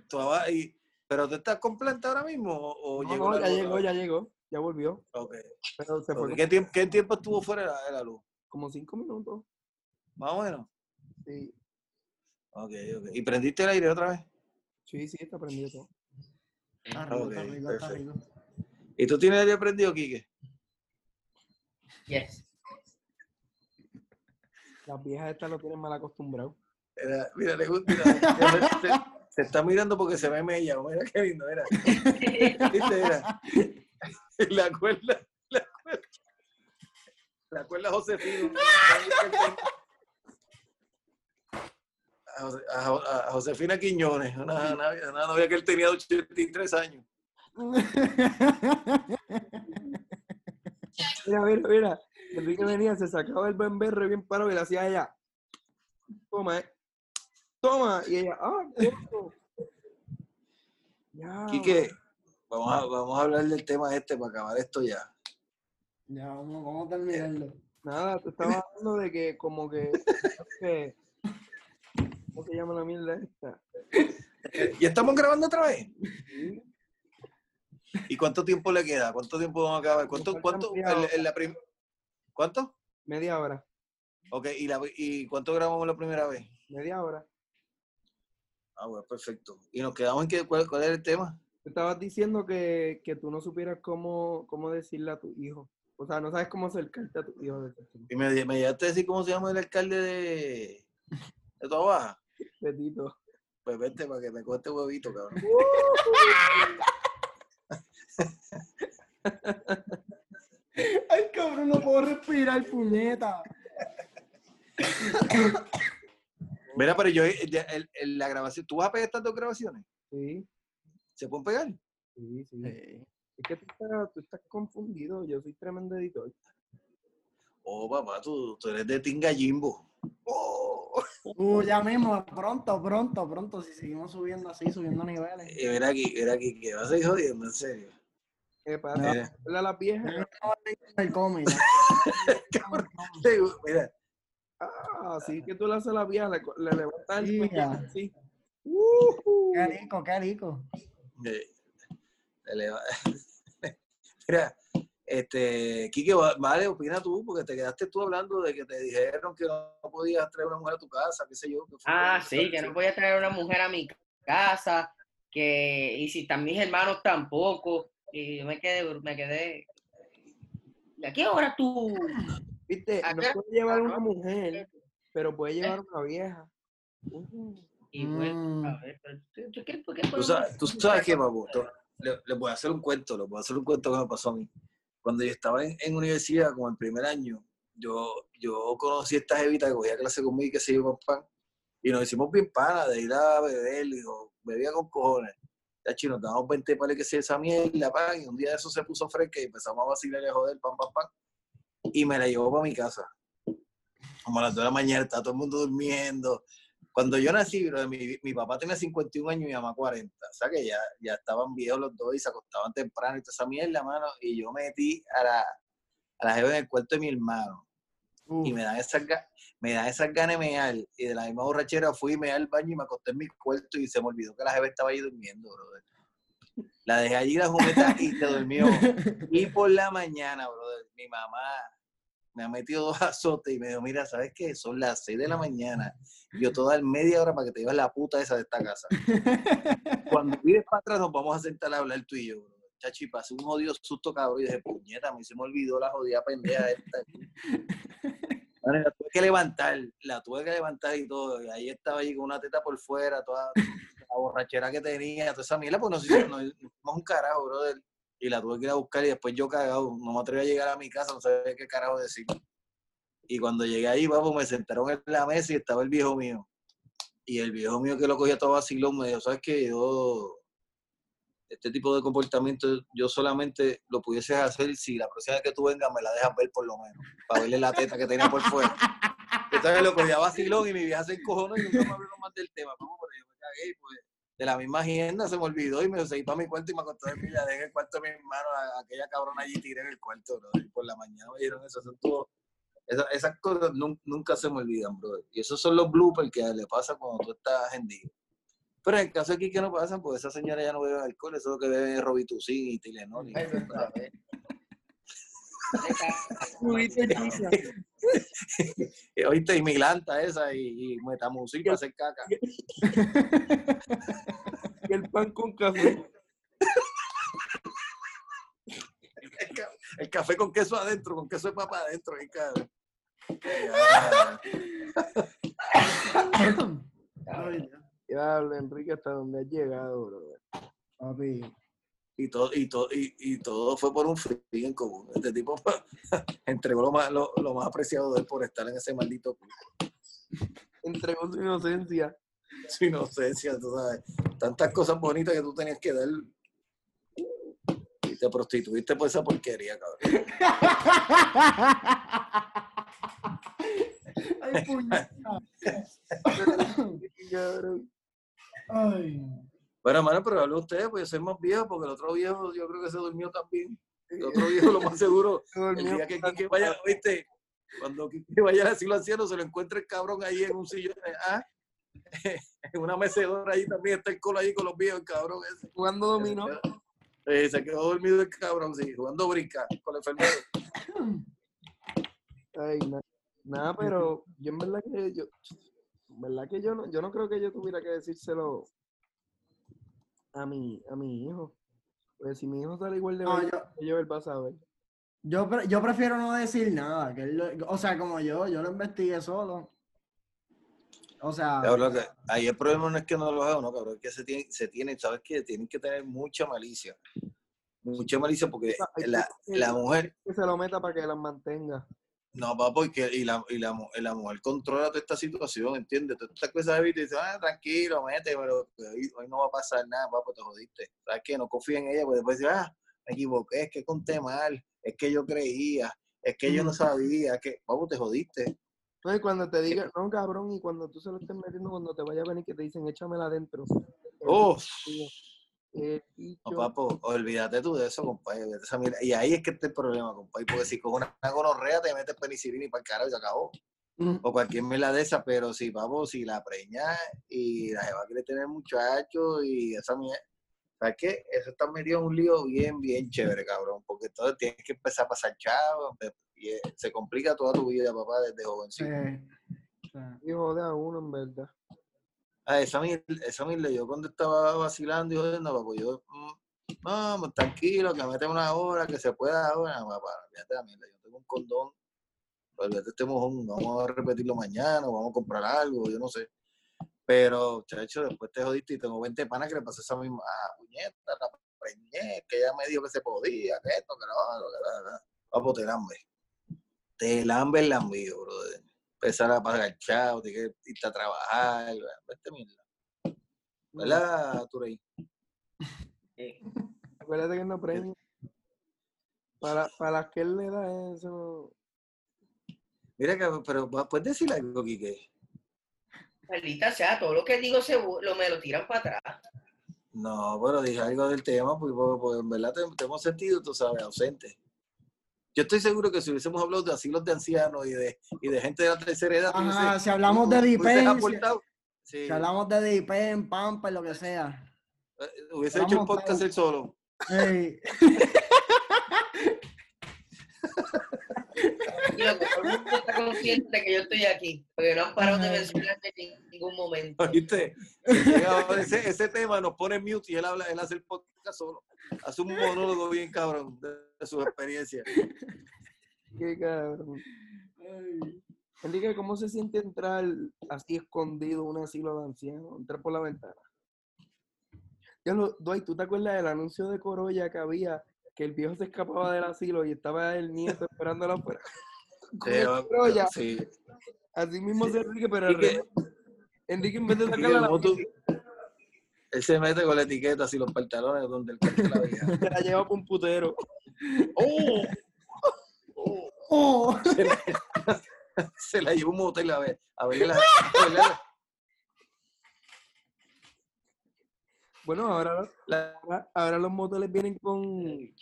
¿Tú aba- y- ¿Pero tú estás con planta ahora mismo? ¿O, o No, llegó no, la ya luz? llegó, ya llegó, ya volvió. Ok, Pero se ok. fue ¿Qué, tiemp- qué tiempo estuvo fuera de la, de la luz? como cinco minutos. Más o menos. Sí, Ok, ok. ¿Y prendiste el aire otra vez? sí, sí, está prendido todo. Está rico, está Ok, rico, está perfecto. rico. ¿Y tú tienes el aire prendido, Quique? Yes. Las viejas estas lo tienen mal acostumbrado. Mira, mira, le gusta. mira, se, se- se está mirando porque se ve mella. Mira qué lindo, mira. ¿Viste? Mira. La cuerda, la cuerda. La cuerda Josefino. A, Jose- a Jo- a Josefina Quiñones, una, una, una novia que él tenía de 83 años. Mira, mira, mira. Enrique venía, se sacaba el bemberre bien parado y le hacía a ella. Toma, eh. Toma. Y ella, ah, coño. Ya, Quique, vamos a, vamos a hablar del tema este para acabar esto ya. Ya, vamos, vamos a terminarlo. Nada, te estaba hablando de que como que, que- ¿cómo se llama la mierda esta? ¿Ya estamos grabando otra vez? ¿Y cuánto tiempo le queda? ¿Cuánto tiempo vamos a acabar? ¿Cuánto? Nos ¿Cuánto? faltan media el- el- la prim- ¿Cuánto? Media hora, Ok, ¿y, la, ¿y cuánto grabamos la primera vez? media hora. Ah, bueno, perfecto. ¿Y nos quedamos en qué? ¿Cuál, cuál era el tema? Tú estabas diciendo que, que tú no supieras cómo, cómo decirle a tu hijo. O sea, no sabes cómo acercarte a tu hijo. de ese tema. Y me, me llegaste a decir cómo se llama el alcalde de, de Toa Baja. Betito. Pues vente para que me cueste huevito, cabrón. Ay, cabrón, no puedo respirar, puñeta. Mira, pero yo, eh, ya, el- el- la grabación, ¿tú vas a pegar estas dos grabaciones? Sí, ¿Se pueden pegar? sí, sí. Es que tú estás, tú estás confundido. Yo soy tremendo editor. Oh, papá, tú, tú eres de Tinga Jimbo. Oh. Uh, ya mismo, pronto, pronto, pronto. Si seguimos subiendo así, subiendo niveles. Eh, Mira aquí, mira aquí, que vas a ir jodiendo, en serio. Eh, ¿Qué pasa? Mira, Hola, las viejas. El cómic. te- mira, Ah, así que tú le haces a las viejas, le, co- le levantas el Mira. cuello así. ¡Ujú! Qué rico, qué rico. eh, te le va- mira, este, Quique, va- vale, opina tú, porque te quedaste tú hablando de que te dijeron que no podías traer una mujer a tu casa, qué sé yo. que fue- Ah, sí, que no voy a traer una mujer a mi casa, que y si están mis hermanos tampoco, y yo me quedé, me quedé. ¿Y a qué hora tú? Viste, no Acá- puede llevar una mujer, pero puede llevar una vieja. Y bueno, Mm. a ver, pero tú- tú qué- por qué Tú podemos- sabes, tú sabes qué, papu, te- le, les voy a hacer un cuento, les voy a hacer un cuento que me pasó a mí. Cuando yo estaba en, en universidad, como en primer año, yo, yo conocí a esta jevita que cogía clase conmigo y que se iba con pan. Y nos hicimos bien pana de ir a beber, y yo bebía con cojones. Ya chino, nos dábamos 20 palos que se esa mierda, pan, y un día de eso se puso fresca y empezamos a vacilar y a joder, pan, pan, pan. Y me la llevó para mi casa. Como a las 2 de la mañana, está todo el mundo durmiendo. Cuando yo nací, bro, mi, mi papá tenía 51 años y mi mamá 40. O sea que ya, ya estaban viejos los dos y se acostaban temprano y toda esa mierda, mano. Y yo metí a la, a la jefa en el cuarto de mi hermano. Y me dan esas, ga- me dan esas ganas de mear. Y de la misma borrachera fui, me al baño y me acosté en mi cuarto y se me olvidó que la jefa estaba ahí durmiendo, brother. La dejé allí la jumeta y se durmió. Y por la mañana, brother, mi mamá me ha metido dos azotes y me dijo, mira, ¿sabes qué? Son las 6 de la mañana. y Yo te voy a dar media hora para que te llevas la puta esa de esta casa. Cuando vives para atrás nos vamos a sentar a hablar tú y yo, brother. Chachi, pasé un jodido susto, cabrón, y dije, puñeta, a mí se me olvidó la jodida pendeja esta. Bueno, la tuve que levantar, la tuve que levantar y todo. Y ahí estaba ahí con una teta por fuera, toda la borrachera que tenía, toda esa mierda, pues nos hicimos, nos hicimos un carajo, brother y la tuve que ir a buscar y después yo cagado, no me atreví a llegar a mi casa, no sabía qué carajo decir. Y cuando llegué ahí, papo, me sentaron en la mesa y estaba el viejo mío. Y el viejo mío que lo cogía todo vacilón me dijo, ¿sabes qué? Yo, este tipo de comportamiento yo solamente lo pudieses hacer si la próxima vez que tú vengas me la dejas ver por lo menos, para verle la teta que tenía por fuera. Entonces lo cogía vacilón y mi vieja se encojonó y nunca me hablaron más del tema. papo, pero yo me cagué y pues de la misma agenda se me olvidó y me seguí para mi cuarto y me acosté en mi la dejé en el cuarto de mi hermano, a- a aquella cabrona allí tiré en el cuarto, bro. Y por la mañana me dieron eso, eso estuvo- esa- esas cosas nun- nunca se me olvidan, bro. Y esos son los bloopers que le pasa cuando tú estás hendido. Pero en el caso aquí que no pasan, pues esa señora ya no bebe alcohol, eso es lo que bebe es Robitussin y Tilenol. y- Eh, Oíste, y Milanta esa y, y Metamucil para hacer caca. Y el pan con café. El, ca- el café con queso adentro, con queso de papa adentro, ahí, cabrón. Ya. Ah. Ay, Diablo, Enrique, hasta dónde has llegado, bro. Papi. Y todo, y, todo, y, y todo fue por un fin en común. Este tipo entregó lo más, lo, lo más apreciado de él por estar en ese maldito club. Entregó su inocencia. Su inocencia, tú sabes. Tantas cosas bonitas que tú tenías que dar. Y te prostituiste por esa porquería, cabrón. Ay, puñeta. Cabrón. Ay. Bueno, hermano, pero hablo ustedes, pues yo soy más viejo, porque el otro viejo yo creo que se durmió también. El otro viejo, lo más seguro, Se durmió. El día que Quique vaya, oíste, cuando Quique vaya al asilo anciano, se lo encuentra el cabrón ahí en un sillón. Ah, en una mecedora ahí también está el colo ahí con los viejos, el cabrón ese. Jugando dominó. Eh, se quedó dormido el cabrón, sí, jugando brinca con el enfermero. Ay, na- nada, pero yo en verdad que yo, en verdad que yo no, yo no creo que yo tuviera que decírselo a mi, a mi hijo. Porque si mi hijo sale igual de No, bello yo, que yo, él va a saber. yo, pre- yo prefiero no decir nada. Que él lo- o sea, como yo, yo lo investigué solo. O sea, eh, Cabrón, que ahí el problema no es que no lo haga, no, cabrón, es que se tienen, se tienen, sabes que tienen que tener mucha malicia. Mucha malicia porque sea, hay la, cosas que- la mujer, Que se lo meta para que las mantenga. no, papá, porque y la, y la, mu- y la mujer controla toda esta situación, ¿entiendes? Todas estas cosas de vida y dice, ah, tranquilo, métete, pero hoy, hoy no va a pasar nada, papá, te jodiste. ¿Sabes qué? No confía en ella, porque después dice, ah, me equivoqué, es que conté mal, es que yo creía, es que yo no sabía, es que, papá, te jodiste. Entonces cuando te diga, no cabrón, y cuando tú se lo estés metiendo, cuando te vaya a venir que te dicen, échamela adentro. ¡Oh! Eh, y No, yo- papo, olvídate tú de eso, compadre. olvídate esa mierda. Y ahí es que está el problema, compadre. Porque si con una, una gonorrea te metes penicilina y para el carajo y se acabó. mm, O cualquier mierda de esa, pero si, papo, si la preña y la jeva quiere tener muchachos y esa mierda. ¿Sabes qué? Eso está metido en un lío bien, bien chévere, cabrón. Porque entonces tienes que empezar a pasar chavo. Y eh, se complica toda tu vida, papá, desde jovencito. eh, o sea, y jode a uno, en verdad. Ah, esa mierda, esa mierda, yo cuando estaba vacilando y jodiendo, papá, yo, mm, vamos, tranquilo, que mete una hora, que se pueda ahora, papá, fíjate la mierda, yo tengo un condón, olvídate este mojón, vamos a repetirlo mañana, o vamos a comprar algo, yo no sé. Pero, chacho, después te jodiste y tengo 20 panas que le pasó esa misma ah, puñeta, la preñé, que ya me dijo que se podía, que esto, que lo otro, que la, la. Papo, te lambe. Te lambe el lambío, brother. Empezar a pagar chao, tienes que irte a trabajar, vete mierda. ¿Verdad, Turey? Acuérdate que no preña. Para, para que él le da eso. Mira, que, pero va- puedes decir algo, Quique. Maldita sea, todo lo que digo se bu- lo, me lo tiran para atrás. No, pero dije algo del tema, porque, porque- porque en verdad te, te hemos sentido, tú sabes, ausente. Yo estoy seguro que si hubiésemos hablado de asilos de ancianos y de, y de gente de la tercera edad, tú Ajá, hubieses- si hablamos de tú hubieses Dipen, si- aportado. Sí, si hablamos de Dipen, Pampa, lo que sea. eh, hubiese hecho el hablamos podcast de- él solo. Ey, Y lo que todo el mundo está consciente de que yo estoy aquí, porque no han parado de Ajá. mencionarte en ningún momento. ¿Oíste? Llega ese, ese tema nos pone mute y él, habla, él hace el podcast solo. Hace un monólogo bien cabrón de, de sus experiencias. Qué cabrón. ey. Enrique, ¿cómo se siente entrar así escondido en un asilo de ancianos? Entrar por la ventana. Yo lo, Dwight, ¿tú te acuerdas del anuncio de Corolla que había? Que el viejo se escapaba del asilo y estaba el nieto esperándolo afuera. Con el Eh, Corolla. sí. Así mismo se Enrique, pero al Quique, revés. Enrique, en vez de Miguel, sacarle la ¿cómo tú- Él se mete con la etiqueta así los pantalones donde el corte la vieja. se la lleva por un putero. ¡Oh! Oh, Se la lleva a un motel a ver. A verle la. a verle la- Bueno, ahora, la- ahora- ahora los moteles vienen con.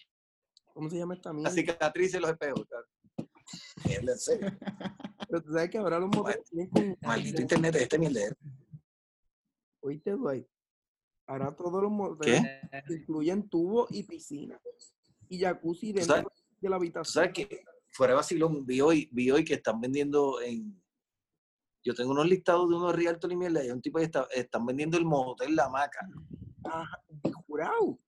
¿Cómo se llama esta la mierda? cicatriz en los espejos. claro. Mierda, en serio. Pero tú sabes que ahora los moteles vienen con. Maldito internet, este mierdero. Oíste, Dwight. Ahora todos los moteles ¿Qué? incluyen tubo y piscina. Y jacuzzi ¿Tú dentro sabes, de la tú habitación. sabes que fuera de vacilón, vi hoy, vi hoy que están vendiendo en. Yo tengo unos listados de unos Rialto y mierda. Y hay un tipo que está, están vendiendo el motel La Maca. Y Jurado.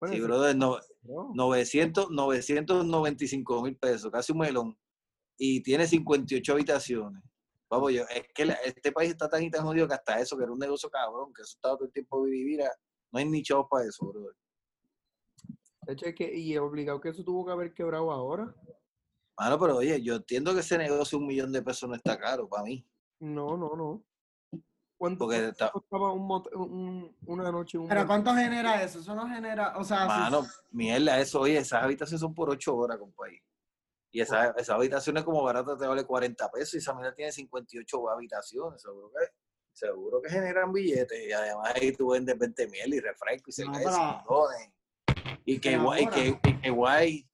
Bueno, Sí, eso brother, no, no. 900, 995 mil pesos, casi un melón, y tiene 58 habitaciones. Vamos, yo, es que la- este país está tan y tan jodido que hasta eso, que era un negocio cabrón, que eso estaba todo el tiempo vivir, no hay ni chavos para eso, brother. De hecho, es que, y es obligado que eso tuvo que haber quebrado ahora. Mano, pero oye, yo entiendo que ese negocio un millón de pesos no está caro para mí, No, no, no. ¿Cuánto porque cuánto está, costaba un mote- un- una noche? Un pero motel? ¿cuánto genera eso? Eso no genera, o sea, si- mano, mierda, eso, oye, esas habitaciones son por 8 horas, compadre. Y esas, esas habitaciones como barata te vale 40 pesos y esa mierda tiene 58 habitaciones, seguro que, seguro que generan billetes y además ahí tú vendes 20 miel y refresco y No, cerveza pero- y condones. y que pero guay, y que, y que guay.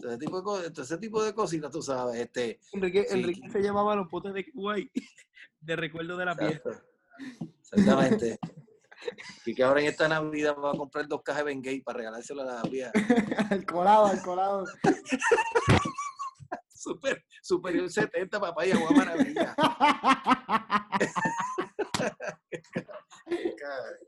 Todo ese tipo de, co- todo ese tipo de cositas, tú sabes. Este, Enrique, Sí. Enrique se llamaba los potes de Kuwait de recuerdo de la piel. exacto. Exactamente. Y que ahora en esta Navidad va a comprar dos cajas de Bengay para regalárselo a la vieja. Al colado, al colado. Super, superior 70, papaya, guau, maravilla. Cabrón.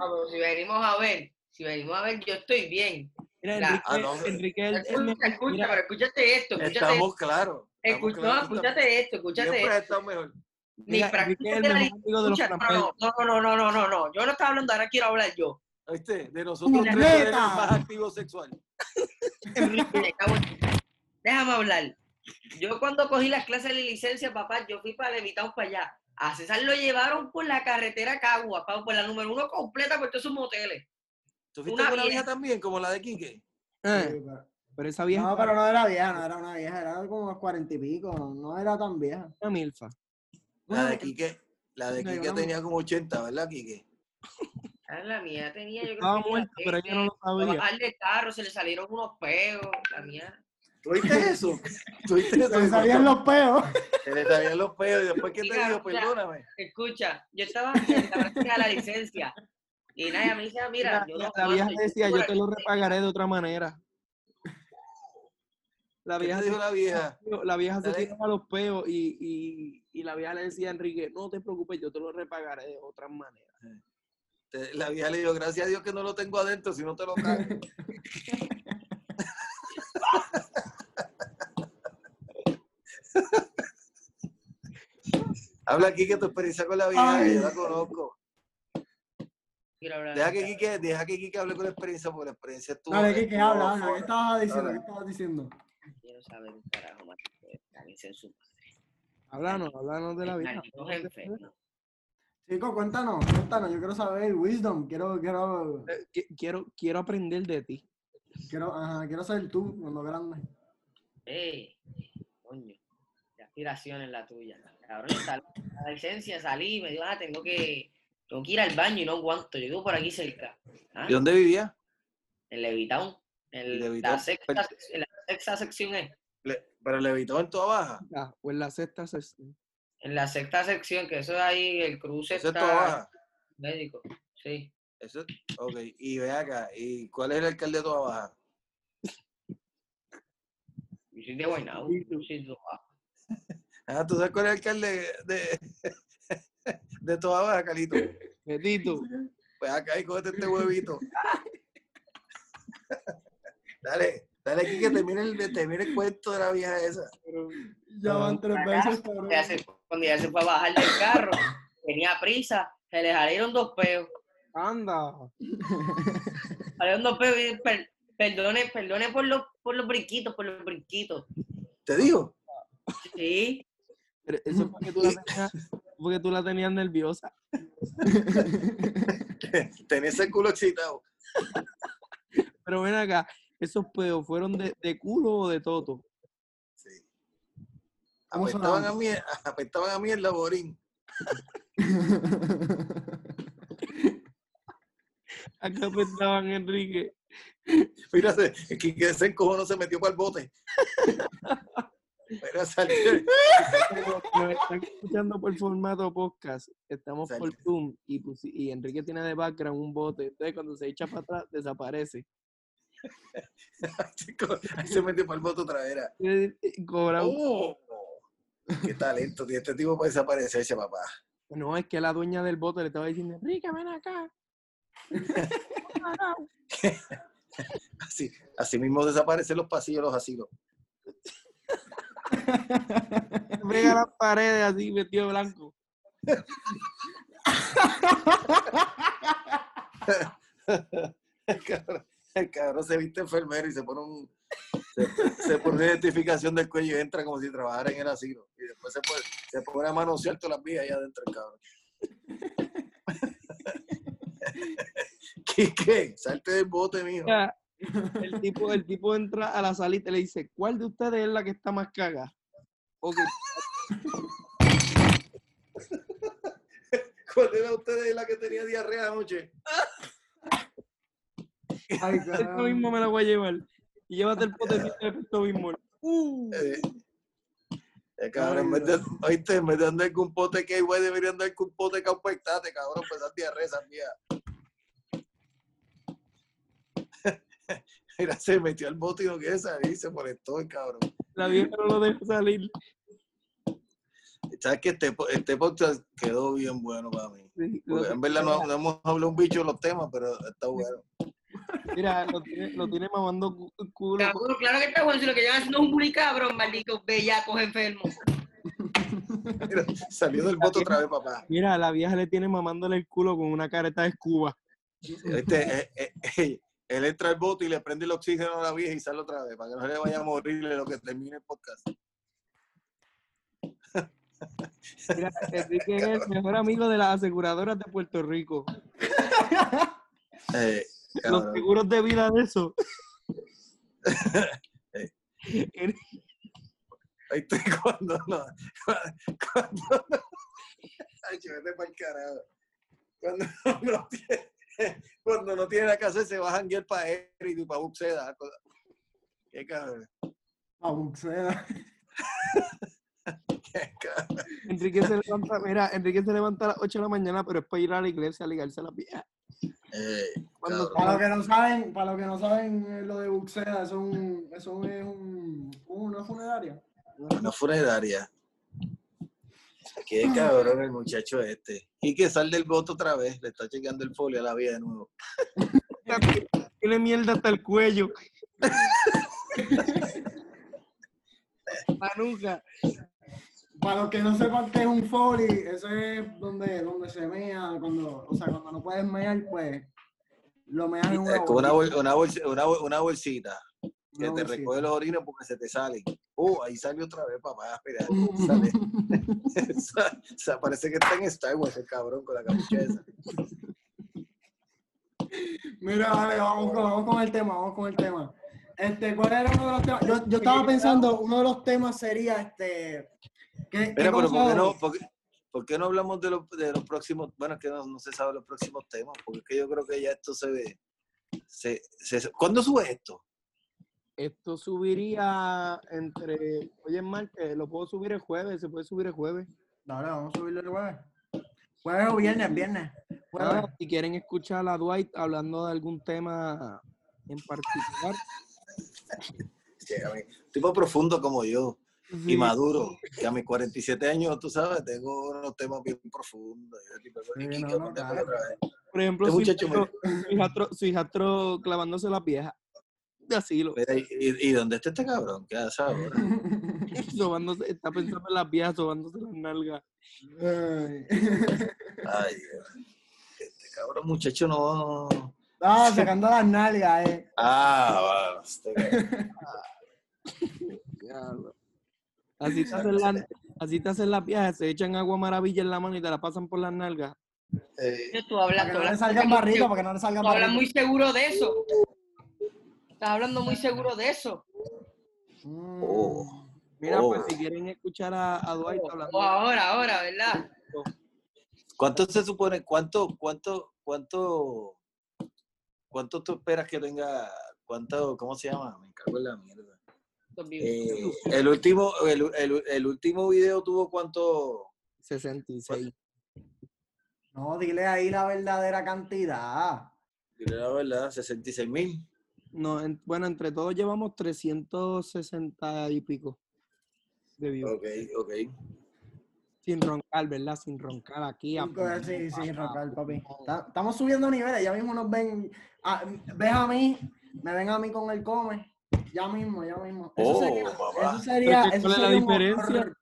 Ah, pero si venimos a ver, si venimos a ver, yo estoy bien. Mira, La- Enrique, Ah, no. Enrique el- el- Escucha, escucha, mira, pero escúchate esto, escúchate esto. Estamos claros. estamos Escu- no, claros. escúchate esto, escúchate Siempre esto. has estado mejor. Ni mira, Enrique es practiques el de la mejor amigo de los Escucha, tramperos. no, no, no, no, no, no, no. Yo no estaba hablando, ahora quiero hablar yo. ¿Viste? De nosotros ¡Puñeta! tres, tú eres el más activo sexual. Me cago en- Déjame hablar. Yo cuando cogí las clases de licencia, papá, yo fui para Levitown para allá. A César lo llevaron por la carretera Cagua, pa- por la número uno completa por todos sus moteles. ¿Tú fuiste Una con una vieja. vieja también, como la de Quique? Eh, pero esa vieja No, pero no era vieja, no era una vieja, era como unos cuarenta y pico, no era tan vieja. era milfa. La de Bueno, Quique, la de no, Quique digamos. tenía como 80, ¿verdad, Quique? Ah, la mía tenía, yo Estaba creo que muerta, pero ella no lo sabía. al de carro, se le salieron unos peos, la mía. ¿Tú viste eso? ¿Tú viste eso? Se le salían los peos. Se le salían los pedos y después que te Mira, digo, mira. perdóname. Escucha, yo estaba en la práctica de la licencia. Y nadie me dice, "Ah, mira, Mira, yo la, no la vieja aguanto". decía, por yo te lo aquí- repagaré de otra manera. La ¿Qué vieja te dijo la vieja? La vieja se Dale. tiraba los peos y, y, y la vieja le decía a Enrique, no te preocupes, yo te lo repagaré de otra manera. Te- La vieja le dijo, gracias a Dios que no lo tengo adentro, si no te lo cago. Habla Quique tu experiencia con la vieja, que yo la conozco. Quiero hablar. Deja que Quique, deja que Quique hable con la experiencia, porque la experiencia estuvo. Dale, Kike, estuvo habla, habla. ¿Qué fuera. estabas diciendo? Habla. ¿Qué estabas diciendo? Quiero saber un carajo más. que Cállense en su Hablanos, hablanos de la vieja. malditos enfermos. Chico, cuéntanos, cuéntanos. Yo quiero saber wisdom. Quiero, quiero, Eh, qui- Quiero, quiero aprender de ti. quiero, ajá, quiero saber tú cuando grande. Ey, coño, qué aspiración es la tuya. Cabrón, yo salí de la licencia, salí, me dijo, ah, tengo que, tengo que ir al baño y no aguanto. Yo vivo por aquí cerca. ¿Ah? ¿Y dónde vivía? En Levitown. En Levitown, la sexta, per- en la sexta sección es. Le- pero le evitó en toda baja. Ah, o en la sexta sesión. En la sexta sección, que eso es ahí, el cruce Eso es ah. toda está baja. médico. Sí. Eso es- ok, y ve acá, ¿y cuál es el alcalde de toda baja? Yo soy de Guaynabo. Sí, yo soy de Guaynabo. Ah, ¿tú sabes cuál es el alcalde de, de toda baja, Calito? Betito, Pues acá y cógete este huevito. dale, dale aquí que te mire el, te mire el cuento de la vieja esa. Ya van tres veces, cabrón. Ya se- Cuando ya se fue a bajar del carro, tenía prisa, se le salieron dos peos. anda. Salieron dos peos y per- perdone, perdone por los, por los brinquitos, por los brinquitos. ¿Te digo? Sí. Pero Eso fue que tú la tenías, porque tú la tenías nerviosa. Tenés el culo excitado. Pero ven acá, esos pedos fueron de, de culo o de toto. Sí. ¿Cómo Apestaban a, sonaba? mierda, apestaban a mierda, Borín. Acá pensaban Enrique. Fíjate, que que ese encojono se metió para el bote. Mira, salió, Pero nos están escuchando por formato podcast. Estamos por Exacto. Zoom y, pusi- y Enrique tiene de background un bote. Entonces, cuando se echa para atrás, desaparece. chico, ahí se metió para el bote otra vez. era. Eh, eh, Cobra un- ¡Oh! Qué talento tiene este tipo para desaparecerse, papá. No, es que la dueña del bote le estaba diciendo, Enrique, ven acá. Así, así mismo desaparecen los pasillos, de los asilos. Pega las paredes así, vestido de blanco. El cabrón, el cabrón se viste enfermero y se pone un se, se pone una identificación del cuello y entra como si trabajara en el asilo. Y después se pone, se pone a manosear todas las vías allá adentro el cabrón. Quique, salte del bote, mijo. Ya, El tipo, el tipo entra a la salita y le dice, ¿cuál de ustedes es la que está más caga? Ok, ¿Cuál era usted la que tenía diarrea anoche? Ay, esto cabrón. mismo me la voy a llevar. y llévate el potecito de Pepto Bismol. ¡Uh! Eh, eh, cabrón, en vez de- oíste, en vez de andar con un pote que igual debería andar con un pote caupectate, cabrón, pues esas diarreas esas mías. Mira, se metió al bote y no quiere salir, se molestó el cabrón. La vieja no lo deja salir. Sabes que este, po- este podcast quedó bien bueno para mí. Sí, lo Porque en verdad no, no hemos hablado un bicho de los temas, pero está bueno. tiene- mira, lo tiene, lo tiene mamando cu- culo. Cabrón, claro que está bueno, si lo que llevan haciendo es un bully cabrón, malditos bellacos enfermos. Mira, salió del bote otra vez, papá. Mira, la vieja le tiene mamándole el culo con una careta de escuba. Este, eh, eh, eh, él entra al bote y le prende el oxígeno a la vieja y sale otra vez, para que no se le vaya a morir en lo que termine el podcast. Mira, Enrique es el mejor amigo de las aseguradoras de Puerto Rico. Eh, Los cabrón. seguros de vida de eso. Ahí estoy cuando no. Cuando no. Ay, che, vete pa'l carajo. Cuando no tiene, cuando no tiene la casa, se va a janguear para Eric y para Buxeda. Qué cabrón. A buxeda. Qué cabrón. Enrique se levanta, mira, Enrique se levanta a las 8 de la mañana, pero es para ir a la iglesia a ligarse a las viejas. Eh, Cuando- cabrón. Para los que no saben, para los que no saben eh, lo de buxeda, eso es un, eso es un, una funeraria. Una funeraria. Qué cabrón el muchacho este. Y que sale del bote otra vez. Le está chequeando el folio a la vida de nuevo. Tiene mierda hasta el cuello. Manuja. Para los que no sepan qué es un foli, eso es donde, donde se mea, cuando, o sea, cuando no puedes mear, pues lo meas en una Eh, con una, bolsa. bol- una, bolsa- una bol- una bolsita. Que Una te bolsita. recoge los orines porque se te salen. Uh, ahí sale otra vez, papá. Mira, sale. Sa- sa- parece que está en Star Wars el cabrón con la capucha esa. Mira, vale, vamos con, vamos con el tema, vamos con el tema. Este, ¿cuál era uno de los temas? Yo, yo estaba pensando, uno de los temas sería este. ¿qué, qué Mira, pero ¿por qué cosas- no, por, qué- por qué no hablamos de los, de los próximos? Bueno, es que no, no se sabe los próximos temas, porque es que yo creo que ya esto se ve. Se, se- ¿Cuándo sube esto? Esto subiría entre. Oye, es martes, lo puedo subir el jueves, se puede subir el jueves. Dale, vamos a subirlo el jueves. Jueves o viernes, viernes. Jueves. Nada, si quieren escuchar a Dwight hablando de algún tema en particular. Sí, a mí, tipo profundo como yo y sí, maduro, que a mis 47 años, tú sabes, tengo unos temas bien profundos. Yo digo, Sí, "Quique, no, no, contémoslo claro. otra vez". Por ejemplo, Este su muchacho me- hijastro, su hijastro- su hijastro clavándose las viejas de asilo. Mira, ¿y, y- y dónde está este cabrón? ¿Qué hace ahora? Sobándose, está pensando en las viejas, sobándose las nalgas. Ay, Dios. Este cabrón muchacho no... Ah, sacando las nalgas, eh. Ah, va, este cabrón. Diablo. Así te, hacen la- así te hacen las viejas, se echan agua maravilla en la mano y te la pasan por las nalgas. Eh, Tú hablas, Para que tú no le hablas, salgan barriga, para que no le salgan tú hablas barriga. muy seguro de eso. Estás hablando muy seguro de eso. oh, Mira, Oh. pues si quieren escuchar a, a Dwight hablando. O ahora, ahora, ¿verdad? ¿Cuánto se supone? ¿Cuánto, cuánto, cuánto, cuánto tú esperas que tenga? ¿Cuánto, cómo se llama? Me cago en la mierda. Los vivos. Eh, el último, el, el- el último video tuvo cuánto. 66. No, dile ahí la verdadera cantidad. Dile la verdad, 66 mil. No, en- bueno, entre todos llevamos 360 y pico de views. Ok, ok. Sin roncar, ¿verdad? Sin roncar aquí. a- Cinco de- Sí, sí, Rocal, papi. Ta- Estamos subiendo niveles, ya mismo nos ven. ah, ves a mí, me ven a mí con el come. Ya mismo, ya mismo. Eso Oh, sería. papá. Eso sería, Pero que eso ¿cuál es la sería un diferencia? horror.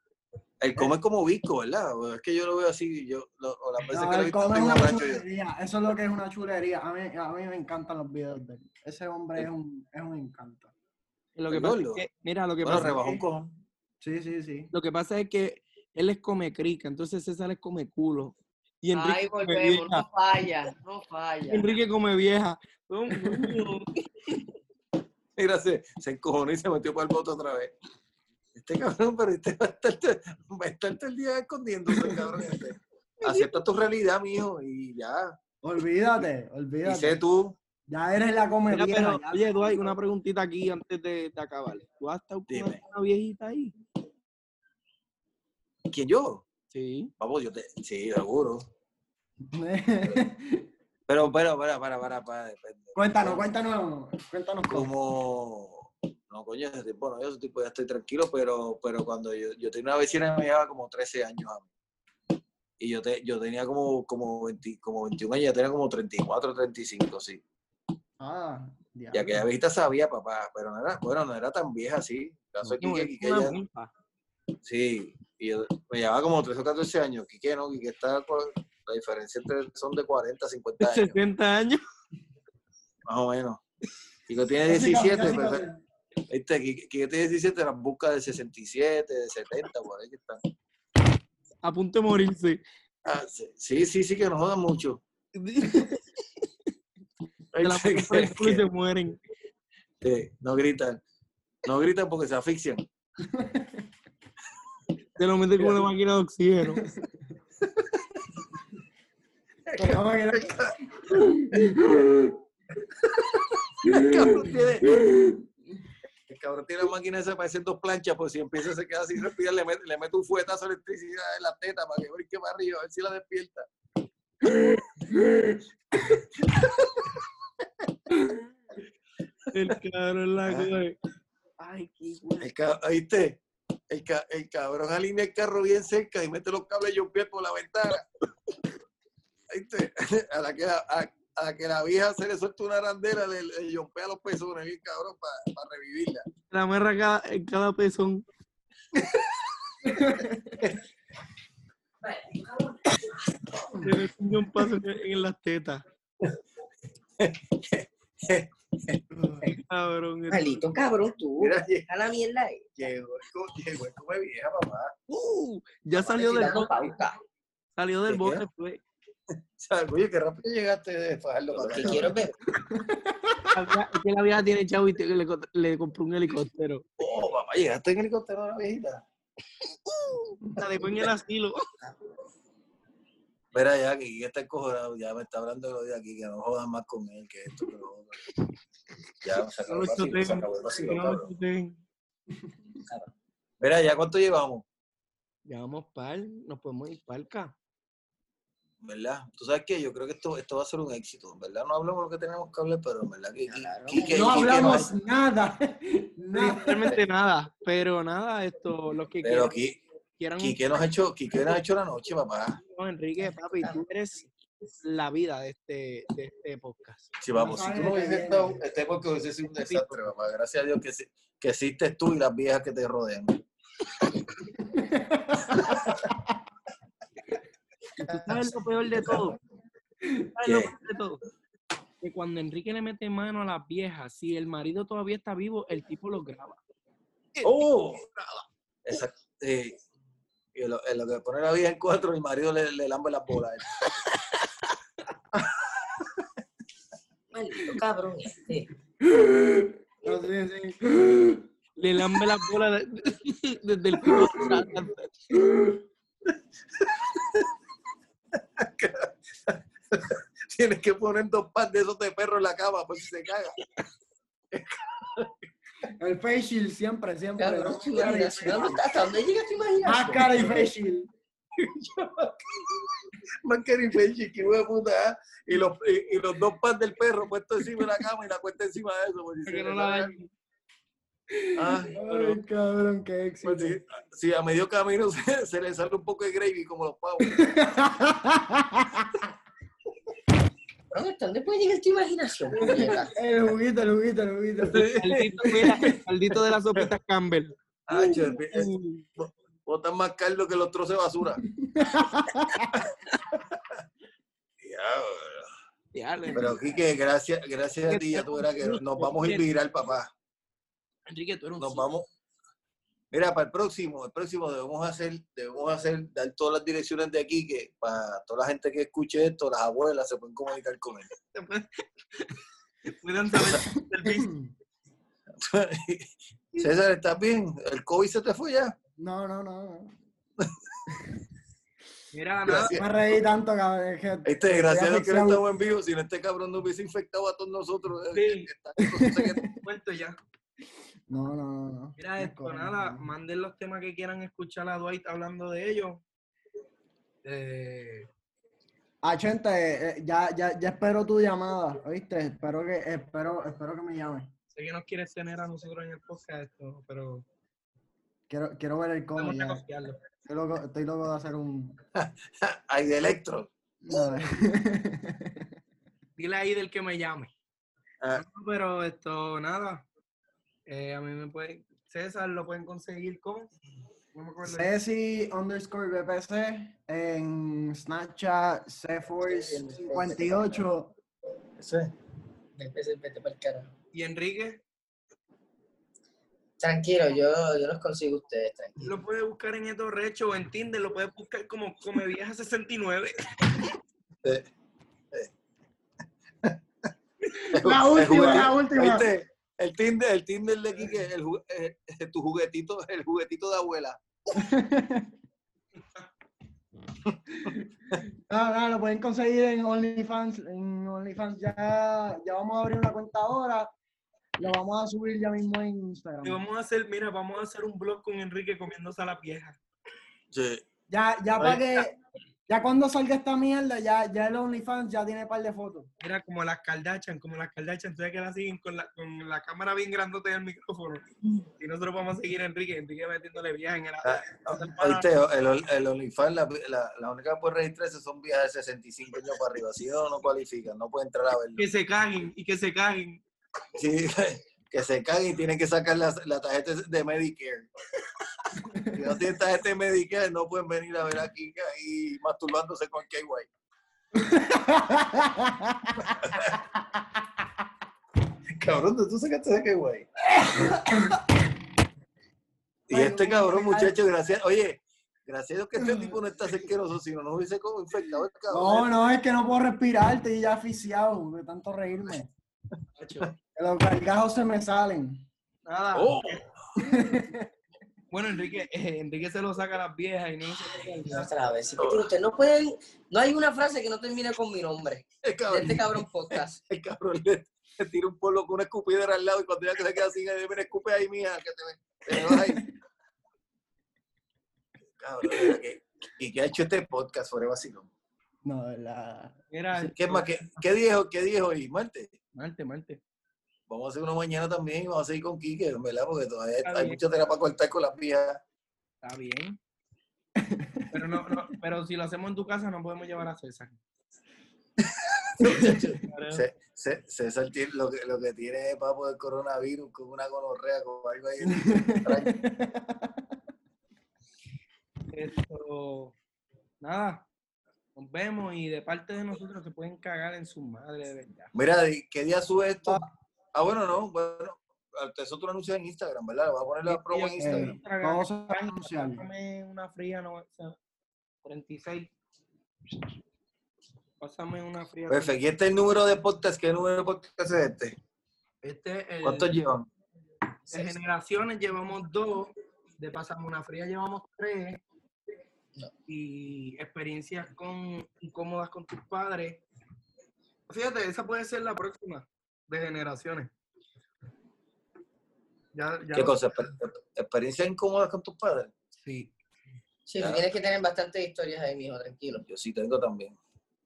El come como Vico, ¿verdad? Es que yo lo veo así, yo, lo- o las veces No, que lo he el visto, come estoy es una borracho yo. chulería. Eso es lo que es una chulería. A mí, a mí me encantan los videos de él. Ese hombre es un, es un encanto. Lo que El pasa es gordo. que, mira, lo que Bueno, pasa rebajó es un que, cojón. Sí, sí, sí. lo que pasa es que él es come crica, entonces César es come culo. Y Enrique Ahí come volvemos, vieja. no falla, no falla. Enrique come vieja. Mira, se, se encojonó y se metió para el bote otra vez. Este cabrón, pero este va a estar, va a estar todo el día escondiéndose, el cabrón. este. Acepta tu realidad, mijo, y ya. Olvídate, Y sé olvídate. tú, Ya eres la Mira, comedida. pero, ya. oye, Dwight, una preguntita aquí antes de, de acabar. ¿Tú has estado con Dime. una viejita ahí? ¿Quién yo? Sí. Papo, yo te. Sí, seguro. Pero, pero, para, para, para, para. depende. cuéntanos, cuéntanos, cuéntanos cómo. Como. No, coño, ese tipo, no, yo ese tipo ya estoy tranquilo, pero, pero cuando yo, yo tenía una vecina que me llevaba como 13 años a mí. Y yo, te, yo tenía como, como, 20 como 21 años, ya tenía como 34, 35, sí. Ah, ya. Y aquella viejita sabía, papá, pero no era, bueno, no era tan vieja así. El Caso es No, Quique, es Quique una ya- pulpa. sí, y yo- me llevaba como 13 o 14 años. Quique no, Quique está, con- la diferencia entre son de 40, 50 años, 60 años. más o menos. Quique tiene Casi, casi, 17, casi, pero, casi. este, Quique, Quique tiene 17, las busca de 67, de 70, por ahí que están. A punto de morirse. Ah, sí, sí, sí, que nos jodan mucho. Te la Este, ponen por el que- culo y que- se mueren. sí, no gritan, no gritan porque se asfixian. Te lo meten con una máquina de oxígeno. Tocaba que era- El cabrón tiene. El cabrón tiene la máquina esa para hacer dos planchas, por si empieza se queda sin respirar, le mete, le mete un fuetazo de electricidad en la teta para que brinque para arriba, a ver si la despierta. El cabrón la coge. Ay, qué güey. El ca- Ah, ¿Oíste? El, ca- el cabrón alinea el carro bien cerca y mete los cables yo pie por la ventana. ¿Oíste? A la que la, a, a la que la vieja se le suelta una arandela, le, le yompea los pezones, bien cabrón, para revivirla. La merra cada, en cada pezón. Le meten un paso en, en las tetas. Cabrón. esto- Malito, cabrón, tú. Mira, lle- A Uh, la mierda. eh. llegó, el co- llegó el come vieja, papá. Uh, ya salió del Necesitando bote. pauta. Salió del ¿Qué bote. queda? fue. sea, Oye, qué rápido llegaste de Fajardo para Que acá. quiero ver. La vieja- es que la vieja tiene chavo y te- le, co- le compró un helicóptero. Oh, papá, llegaste en helicóptero a la viejita. La dejó en el asilo. Mira ya, que Quique está encojonado, ya me está hablando de lo de aquí, que no jodan más con él, que esto, que lo otro. Ya, se No acabó lo el vacilo, se choteen. acabó el vacilo, No lo cabrón. choteen. Mira ya, ¿cuánto llevamos? Llevamos par, nos podemos ir palca. ¿Verdad? Tú sabes que yo creo que esto, esto va a ser un éxito, en ¿verdad? No hablamos lo que tenemos que hablar, pero en verdad que Claro. Quique- no Quique hablamos nada. nada. Literalmente nada, pero nada, esto, los que Pero quieran, Qui- quieran un Quique nos ha hecho, Quique nos ha hecho la noche, papá. No, Enrique, papi, tú eres la vida de este, de este podcast. Sí, vamos, si tú no hubieses estado, este porque hubiese sido un desastre, papá. Gracias a Dios que, sí- que existes tú y las viejas que te rodean. ¿Tú sabes lo peor de todo? ¿Tú sabes lo ¿Qué? peor de todo? Que cuando Enrique le mete mano a las viejas, si el marido todavía está vivo, el tipo lo graba. ¡Oh! Exacto. sí. Y lo, en lo que pone la vieja en cuatro, el marido le, le lambe las bolas. Maldito cabrón. este. No, sí, sí. Le lambe las bolas de- desde el culo hasta- hasta- Tienes que poner dos par de esos de perro en la cama, por si se caga. El face shield siempre, siempre. Cabrón, tu Máscara y face imaginación. shield. ¿Hasta dónde llega tu imaginación? Máscara y face shield. Mascari Fechi, que huevo de puta. ¿ah? Y los, y, y los dos par del perro puestos encima de la cama y la cuenta encima de eso. Por si se que no le la caga. dañen. Ay, pero- Ay, cabrón, qué éxito. Pues sí, sí, a medio camino se, se le sale un poco de gravy como los pavos. Cabrón, ¿Hasta dónde puede llegar tu imaginación? puñeta? el Eh, juguito, el juguito, el juguito. Maldito, mira, el maldito de las sopitas Campbell. Ah, Uh, che, es- Uy, botan más caldo que los trozos de basura. Diablo. diablo, Pero Quique, gracias, gracias a ti, ya tú verás que nos vamos a ir viral, papá. Enrique, tú eres un Nos vamos. Mira, para el próximo, el próximo debemos hacer, debemos hacer, dar todas las direcciones de aquí que para toda la gente que escuche esto, las abuelas se pueden comunicar con él. Pueden saber del piso. César, ¿estás bien? ¿El COVID se te fue ya? No, no, no. no. Mira, nada, Gracias. Me reí tanto, cabrón. que- Este, gracias a Dios que no Gracias. estamos en vivo, si no este cabrón nos hubiese infectado a todos nosotros. eh, Sí. Está- cuento ya. No, no, no, no. Mira No es esto, correcto, nada, no. manden los temas que quieran escuchar a Dwight hablando de ellos. Eh, Ah, gente, eh, eh, ya, ya, ya espero tu llamada, ¿oíste? Espero que, espero, espero que me llames. sé que nos quieres tener a nosotros en el podcast, esto, pero Quiero, quiero ver el cómo vamos a ya. confiarlo. Estoy loco, estoy loco de hacer un... Ay, de electro. Oh. No, Dile ahí del que me llame. Ah. No, pero esto, nada. Eh, a mí me pueden. César lo pueden conseguir con. No me acuerdo. Ceci underscore BPC en Snapchat C-Force58 Eso es. Vete, vete pa'l carajo. Y Enrique Tranquilo, yo, yo los consigo a ustedes, tranquilo. lo puede buscar en Eto Recho o en Tinder, lo puedes buscar como Come Vieja 69. La El última, juguete- la última. ¿Viste? El Tinder, el Tinder de Quique, el, ju- eh, eh, tu juguetito, el juguetito de abuela. No, no, Ah, lo pueden conseguir en OnlyFans. En OnlyFans ya, ya vamos a abrir una cuenta ahora. Lo vamos a subir ya mismo en Y Instagram. vamos a hacer, mira, vamos a hacer un blog con Enrique comiéndose a la vieja. Sí. Ya, ya para que, ya cuando salga esta mierda, ya, ya el OnlyFans ya tiene par de fotos. Mira, como las Kardashian, como las Kardashian, entonces que la siguen con la, con la cámara bien grandote y el micrófono. Y nosotros vamos a seguir a Enrique, Enrique metiéndole vieja en el Ah. Oíste, el, Ol- el OnlyFans, la, la, la única que puede registrarse son viejas de 65 años para arriba. Si no, no cualifican, no pueden entrar a verlo. Que se caguen y que se caguen. Sí, que se caguen y tienen que sacar la, la tarjeta de Medicare. Si no tienen tarjeta de Medicare, no pueden venir a ver a Kika y masturbándose con KY. Cabrón, ¿de ¿tú sacaste de KY? y Ay, este no, cabrón, no, muchacho, gracias. Oye, gracias a Dios que este tipo no está cerqueroso, si no, no hubiese como infectado el No, cabrón. no, es que no puedo respirar, estoy ya asfixiado de tanto reírme. Los gargajos se me salen. Nada. Oh. Bueno, Enrique, eh, Enrique se lo saca a las viejas y no se lo Y saca. Otra vez. sí que tiene- Usted no puede. No hay una frase que no termine con mi nombre. El De cabrón, este cabrón podcast. el cabrón le, le tira un pueblo con una escupidera al lado y cuando ya que se queda así, me escupe ahí, mija, que te, te me vas ahí. Cabrón, mira, que- ¿y qué ha hecho este podcast sobre vacilón? No, de verdad. Mira, ¿Qué más? ¿Qué, qué día es hoy? ¿Qué día es hoy? ¿Martes? Marte, Marte. Vamos a hacer uno mañana también y vamos a seguir con Quique, en ¿verdad? Porque todavía Está hay bien. mucha tela para cortar con las viejas. Está bien. Pero, no, no, pero si lo hacemos en tu casa, no podemos llevar a César. Se- se- César tiene, lo, que, lo que tiene es papo del coronavirus con una gonorrea, con algo ahí. extraño. Esto, nada, nos vemos y de parte de nosotros se pueden cagar en su madre, de verdad. Mira, ¿y ¿qué día sube esto? Ah, bueno, no, bueno. ah, Eso tú lo anuncias en Instagram, ¿verdad? Lo vas a poner la promo en Sí, eh. Instagram. Instagram, Vamos a Instagram, anunciarlo. Pásame una fría, no, o sea, 36. Pásame una fría. Perfecto. ¿Y este es el número de podcast? ¿Qué número de podcast es este? Este es el- ¿Cuántos llevan? de generaciones llevamos dos, de Pásame una fría llevamos tres. Y experiencias con incómodas con tus padres. Fíjate, esa puede ser la próxima de generaciones. Ya, ya ¿Qué lo- cosa? Exper- ¿Experiencia incómoda con tus padres? Sí. Sí, Este tú tienes que tener bastantes historias ahí, mijo, tranquilo. Yo sí tengo también.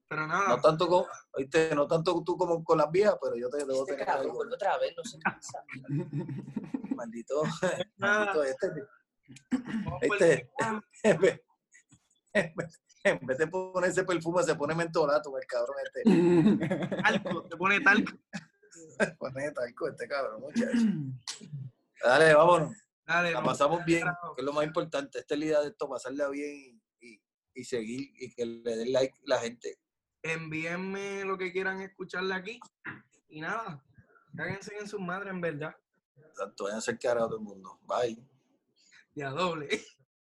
Pero nada, No tanto con, oíste, no tanto tú como con las viejas, pero yo te debo Este tener cabrón, algo. vuelve otra vez, no se cansa. Maldito, Nada. maldito este. vamos por el Este, en vez- en vez- en vez de ponerse perfume, se pone mentolato, el cabrón este. talco, te pone talco. Pone talco este cabrón, muchacho. Dale, vámonos. Dale, La vamos. pasamos bien, carajo. que es lo más importante. Esta es la idea de esto, pasarla bien y, y- y seguir y que le den like la gente. envíenme lo que quieran escucharle aquí. Y nada, cáguense en su madre, en verdad. Tanto vayan a ser carajo todo el mundo. Bye. De a doble.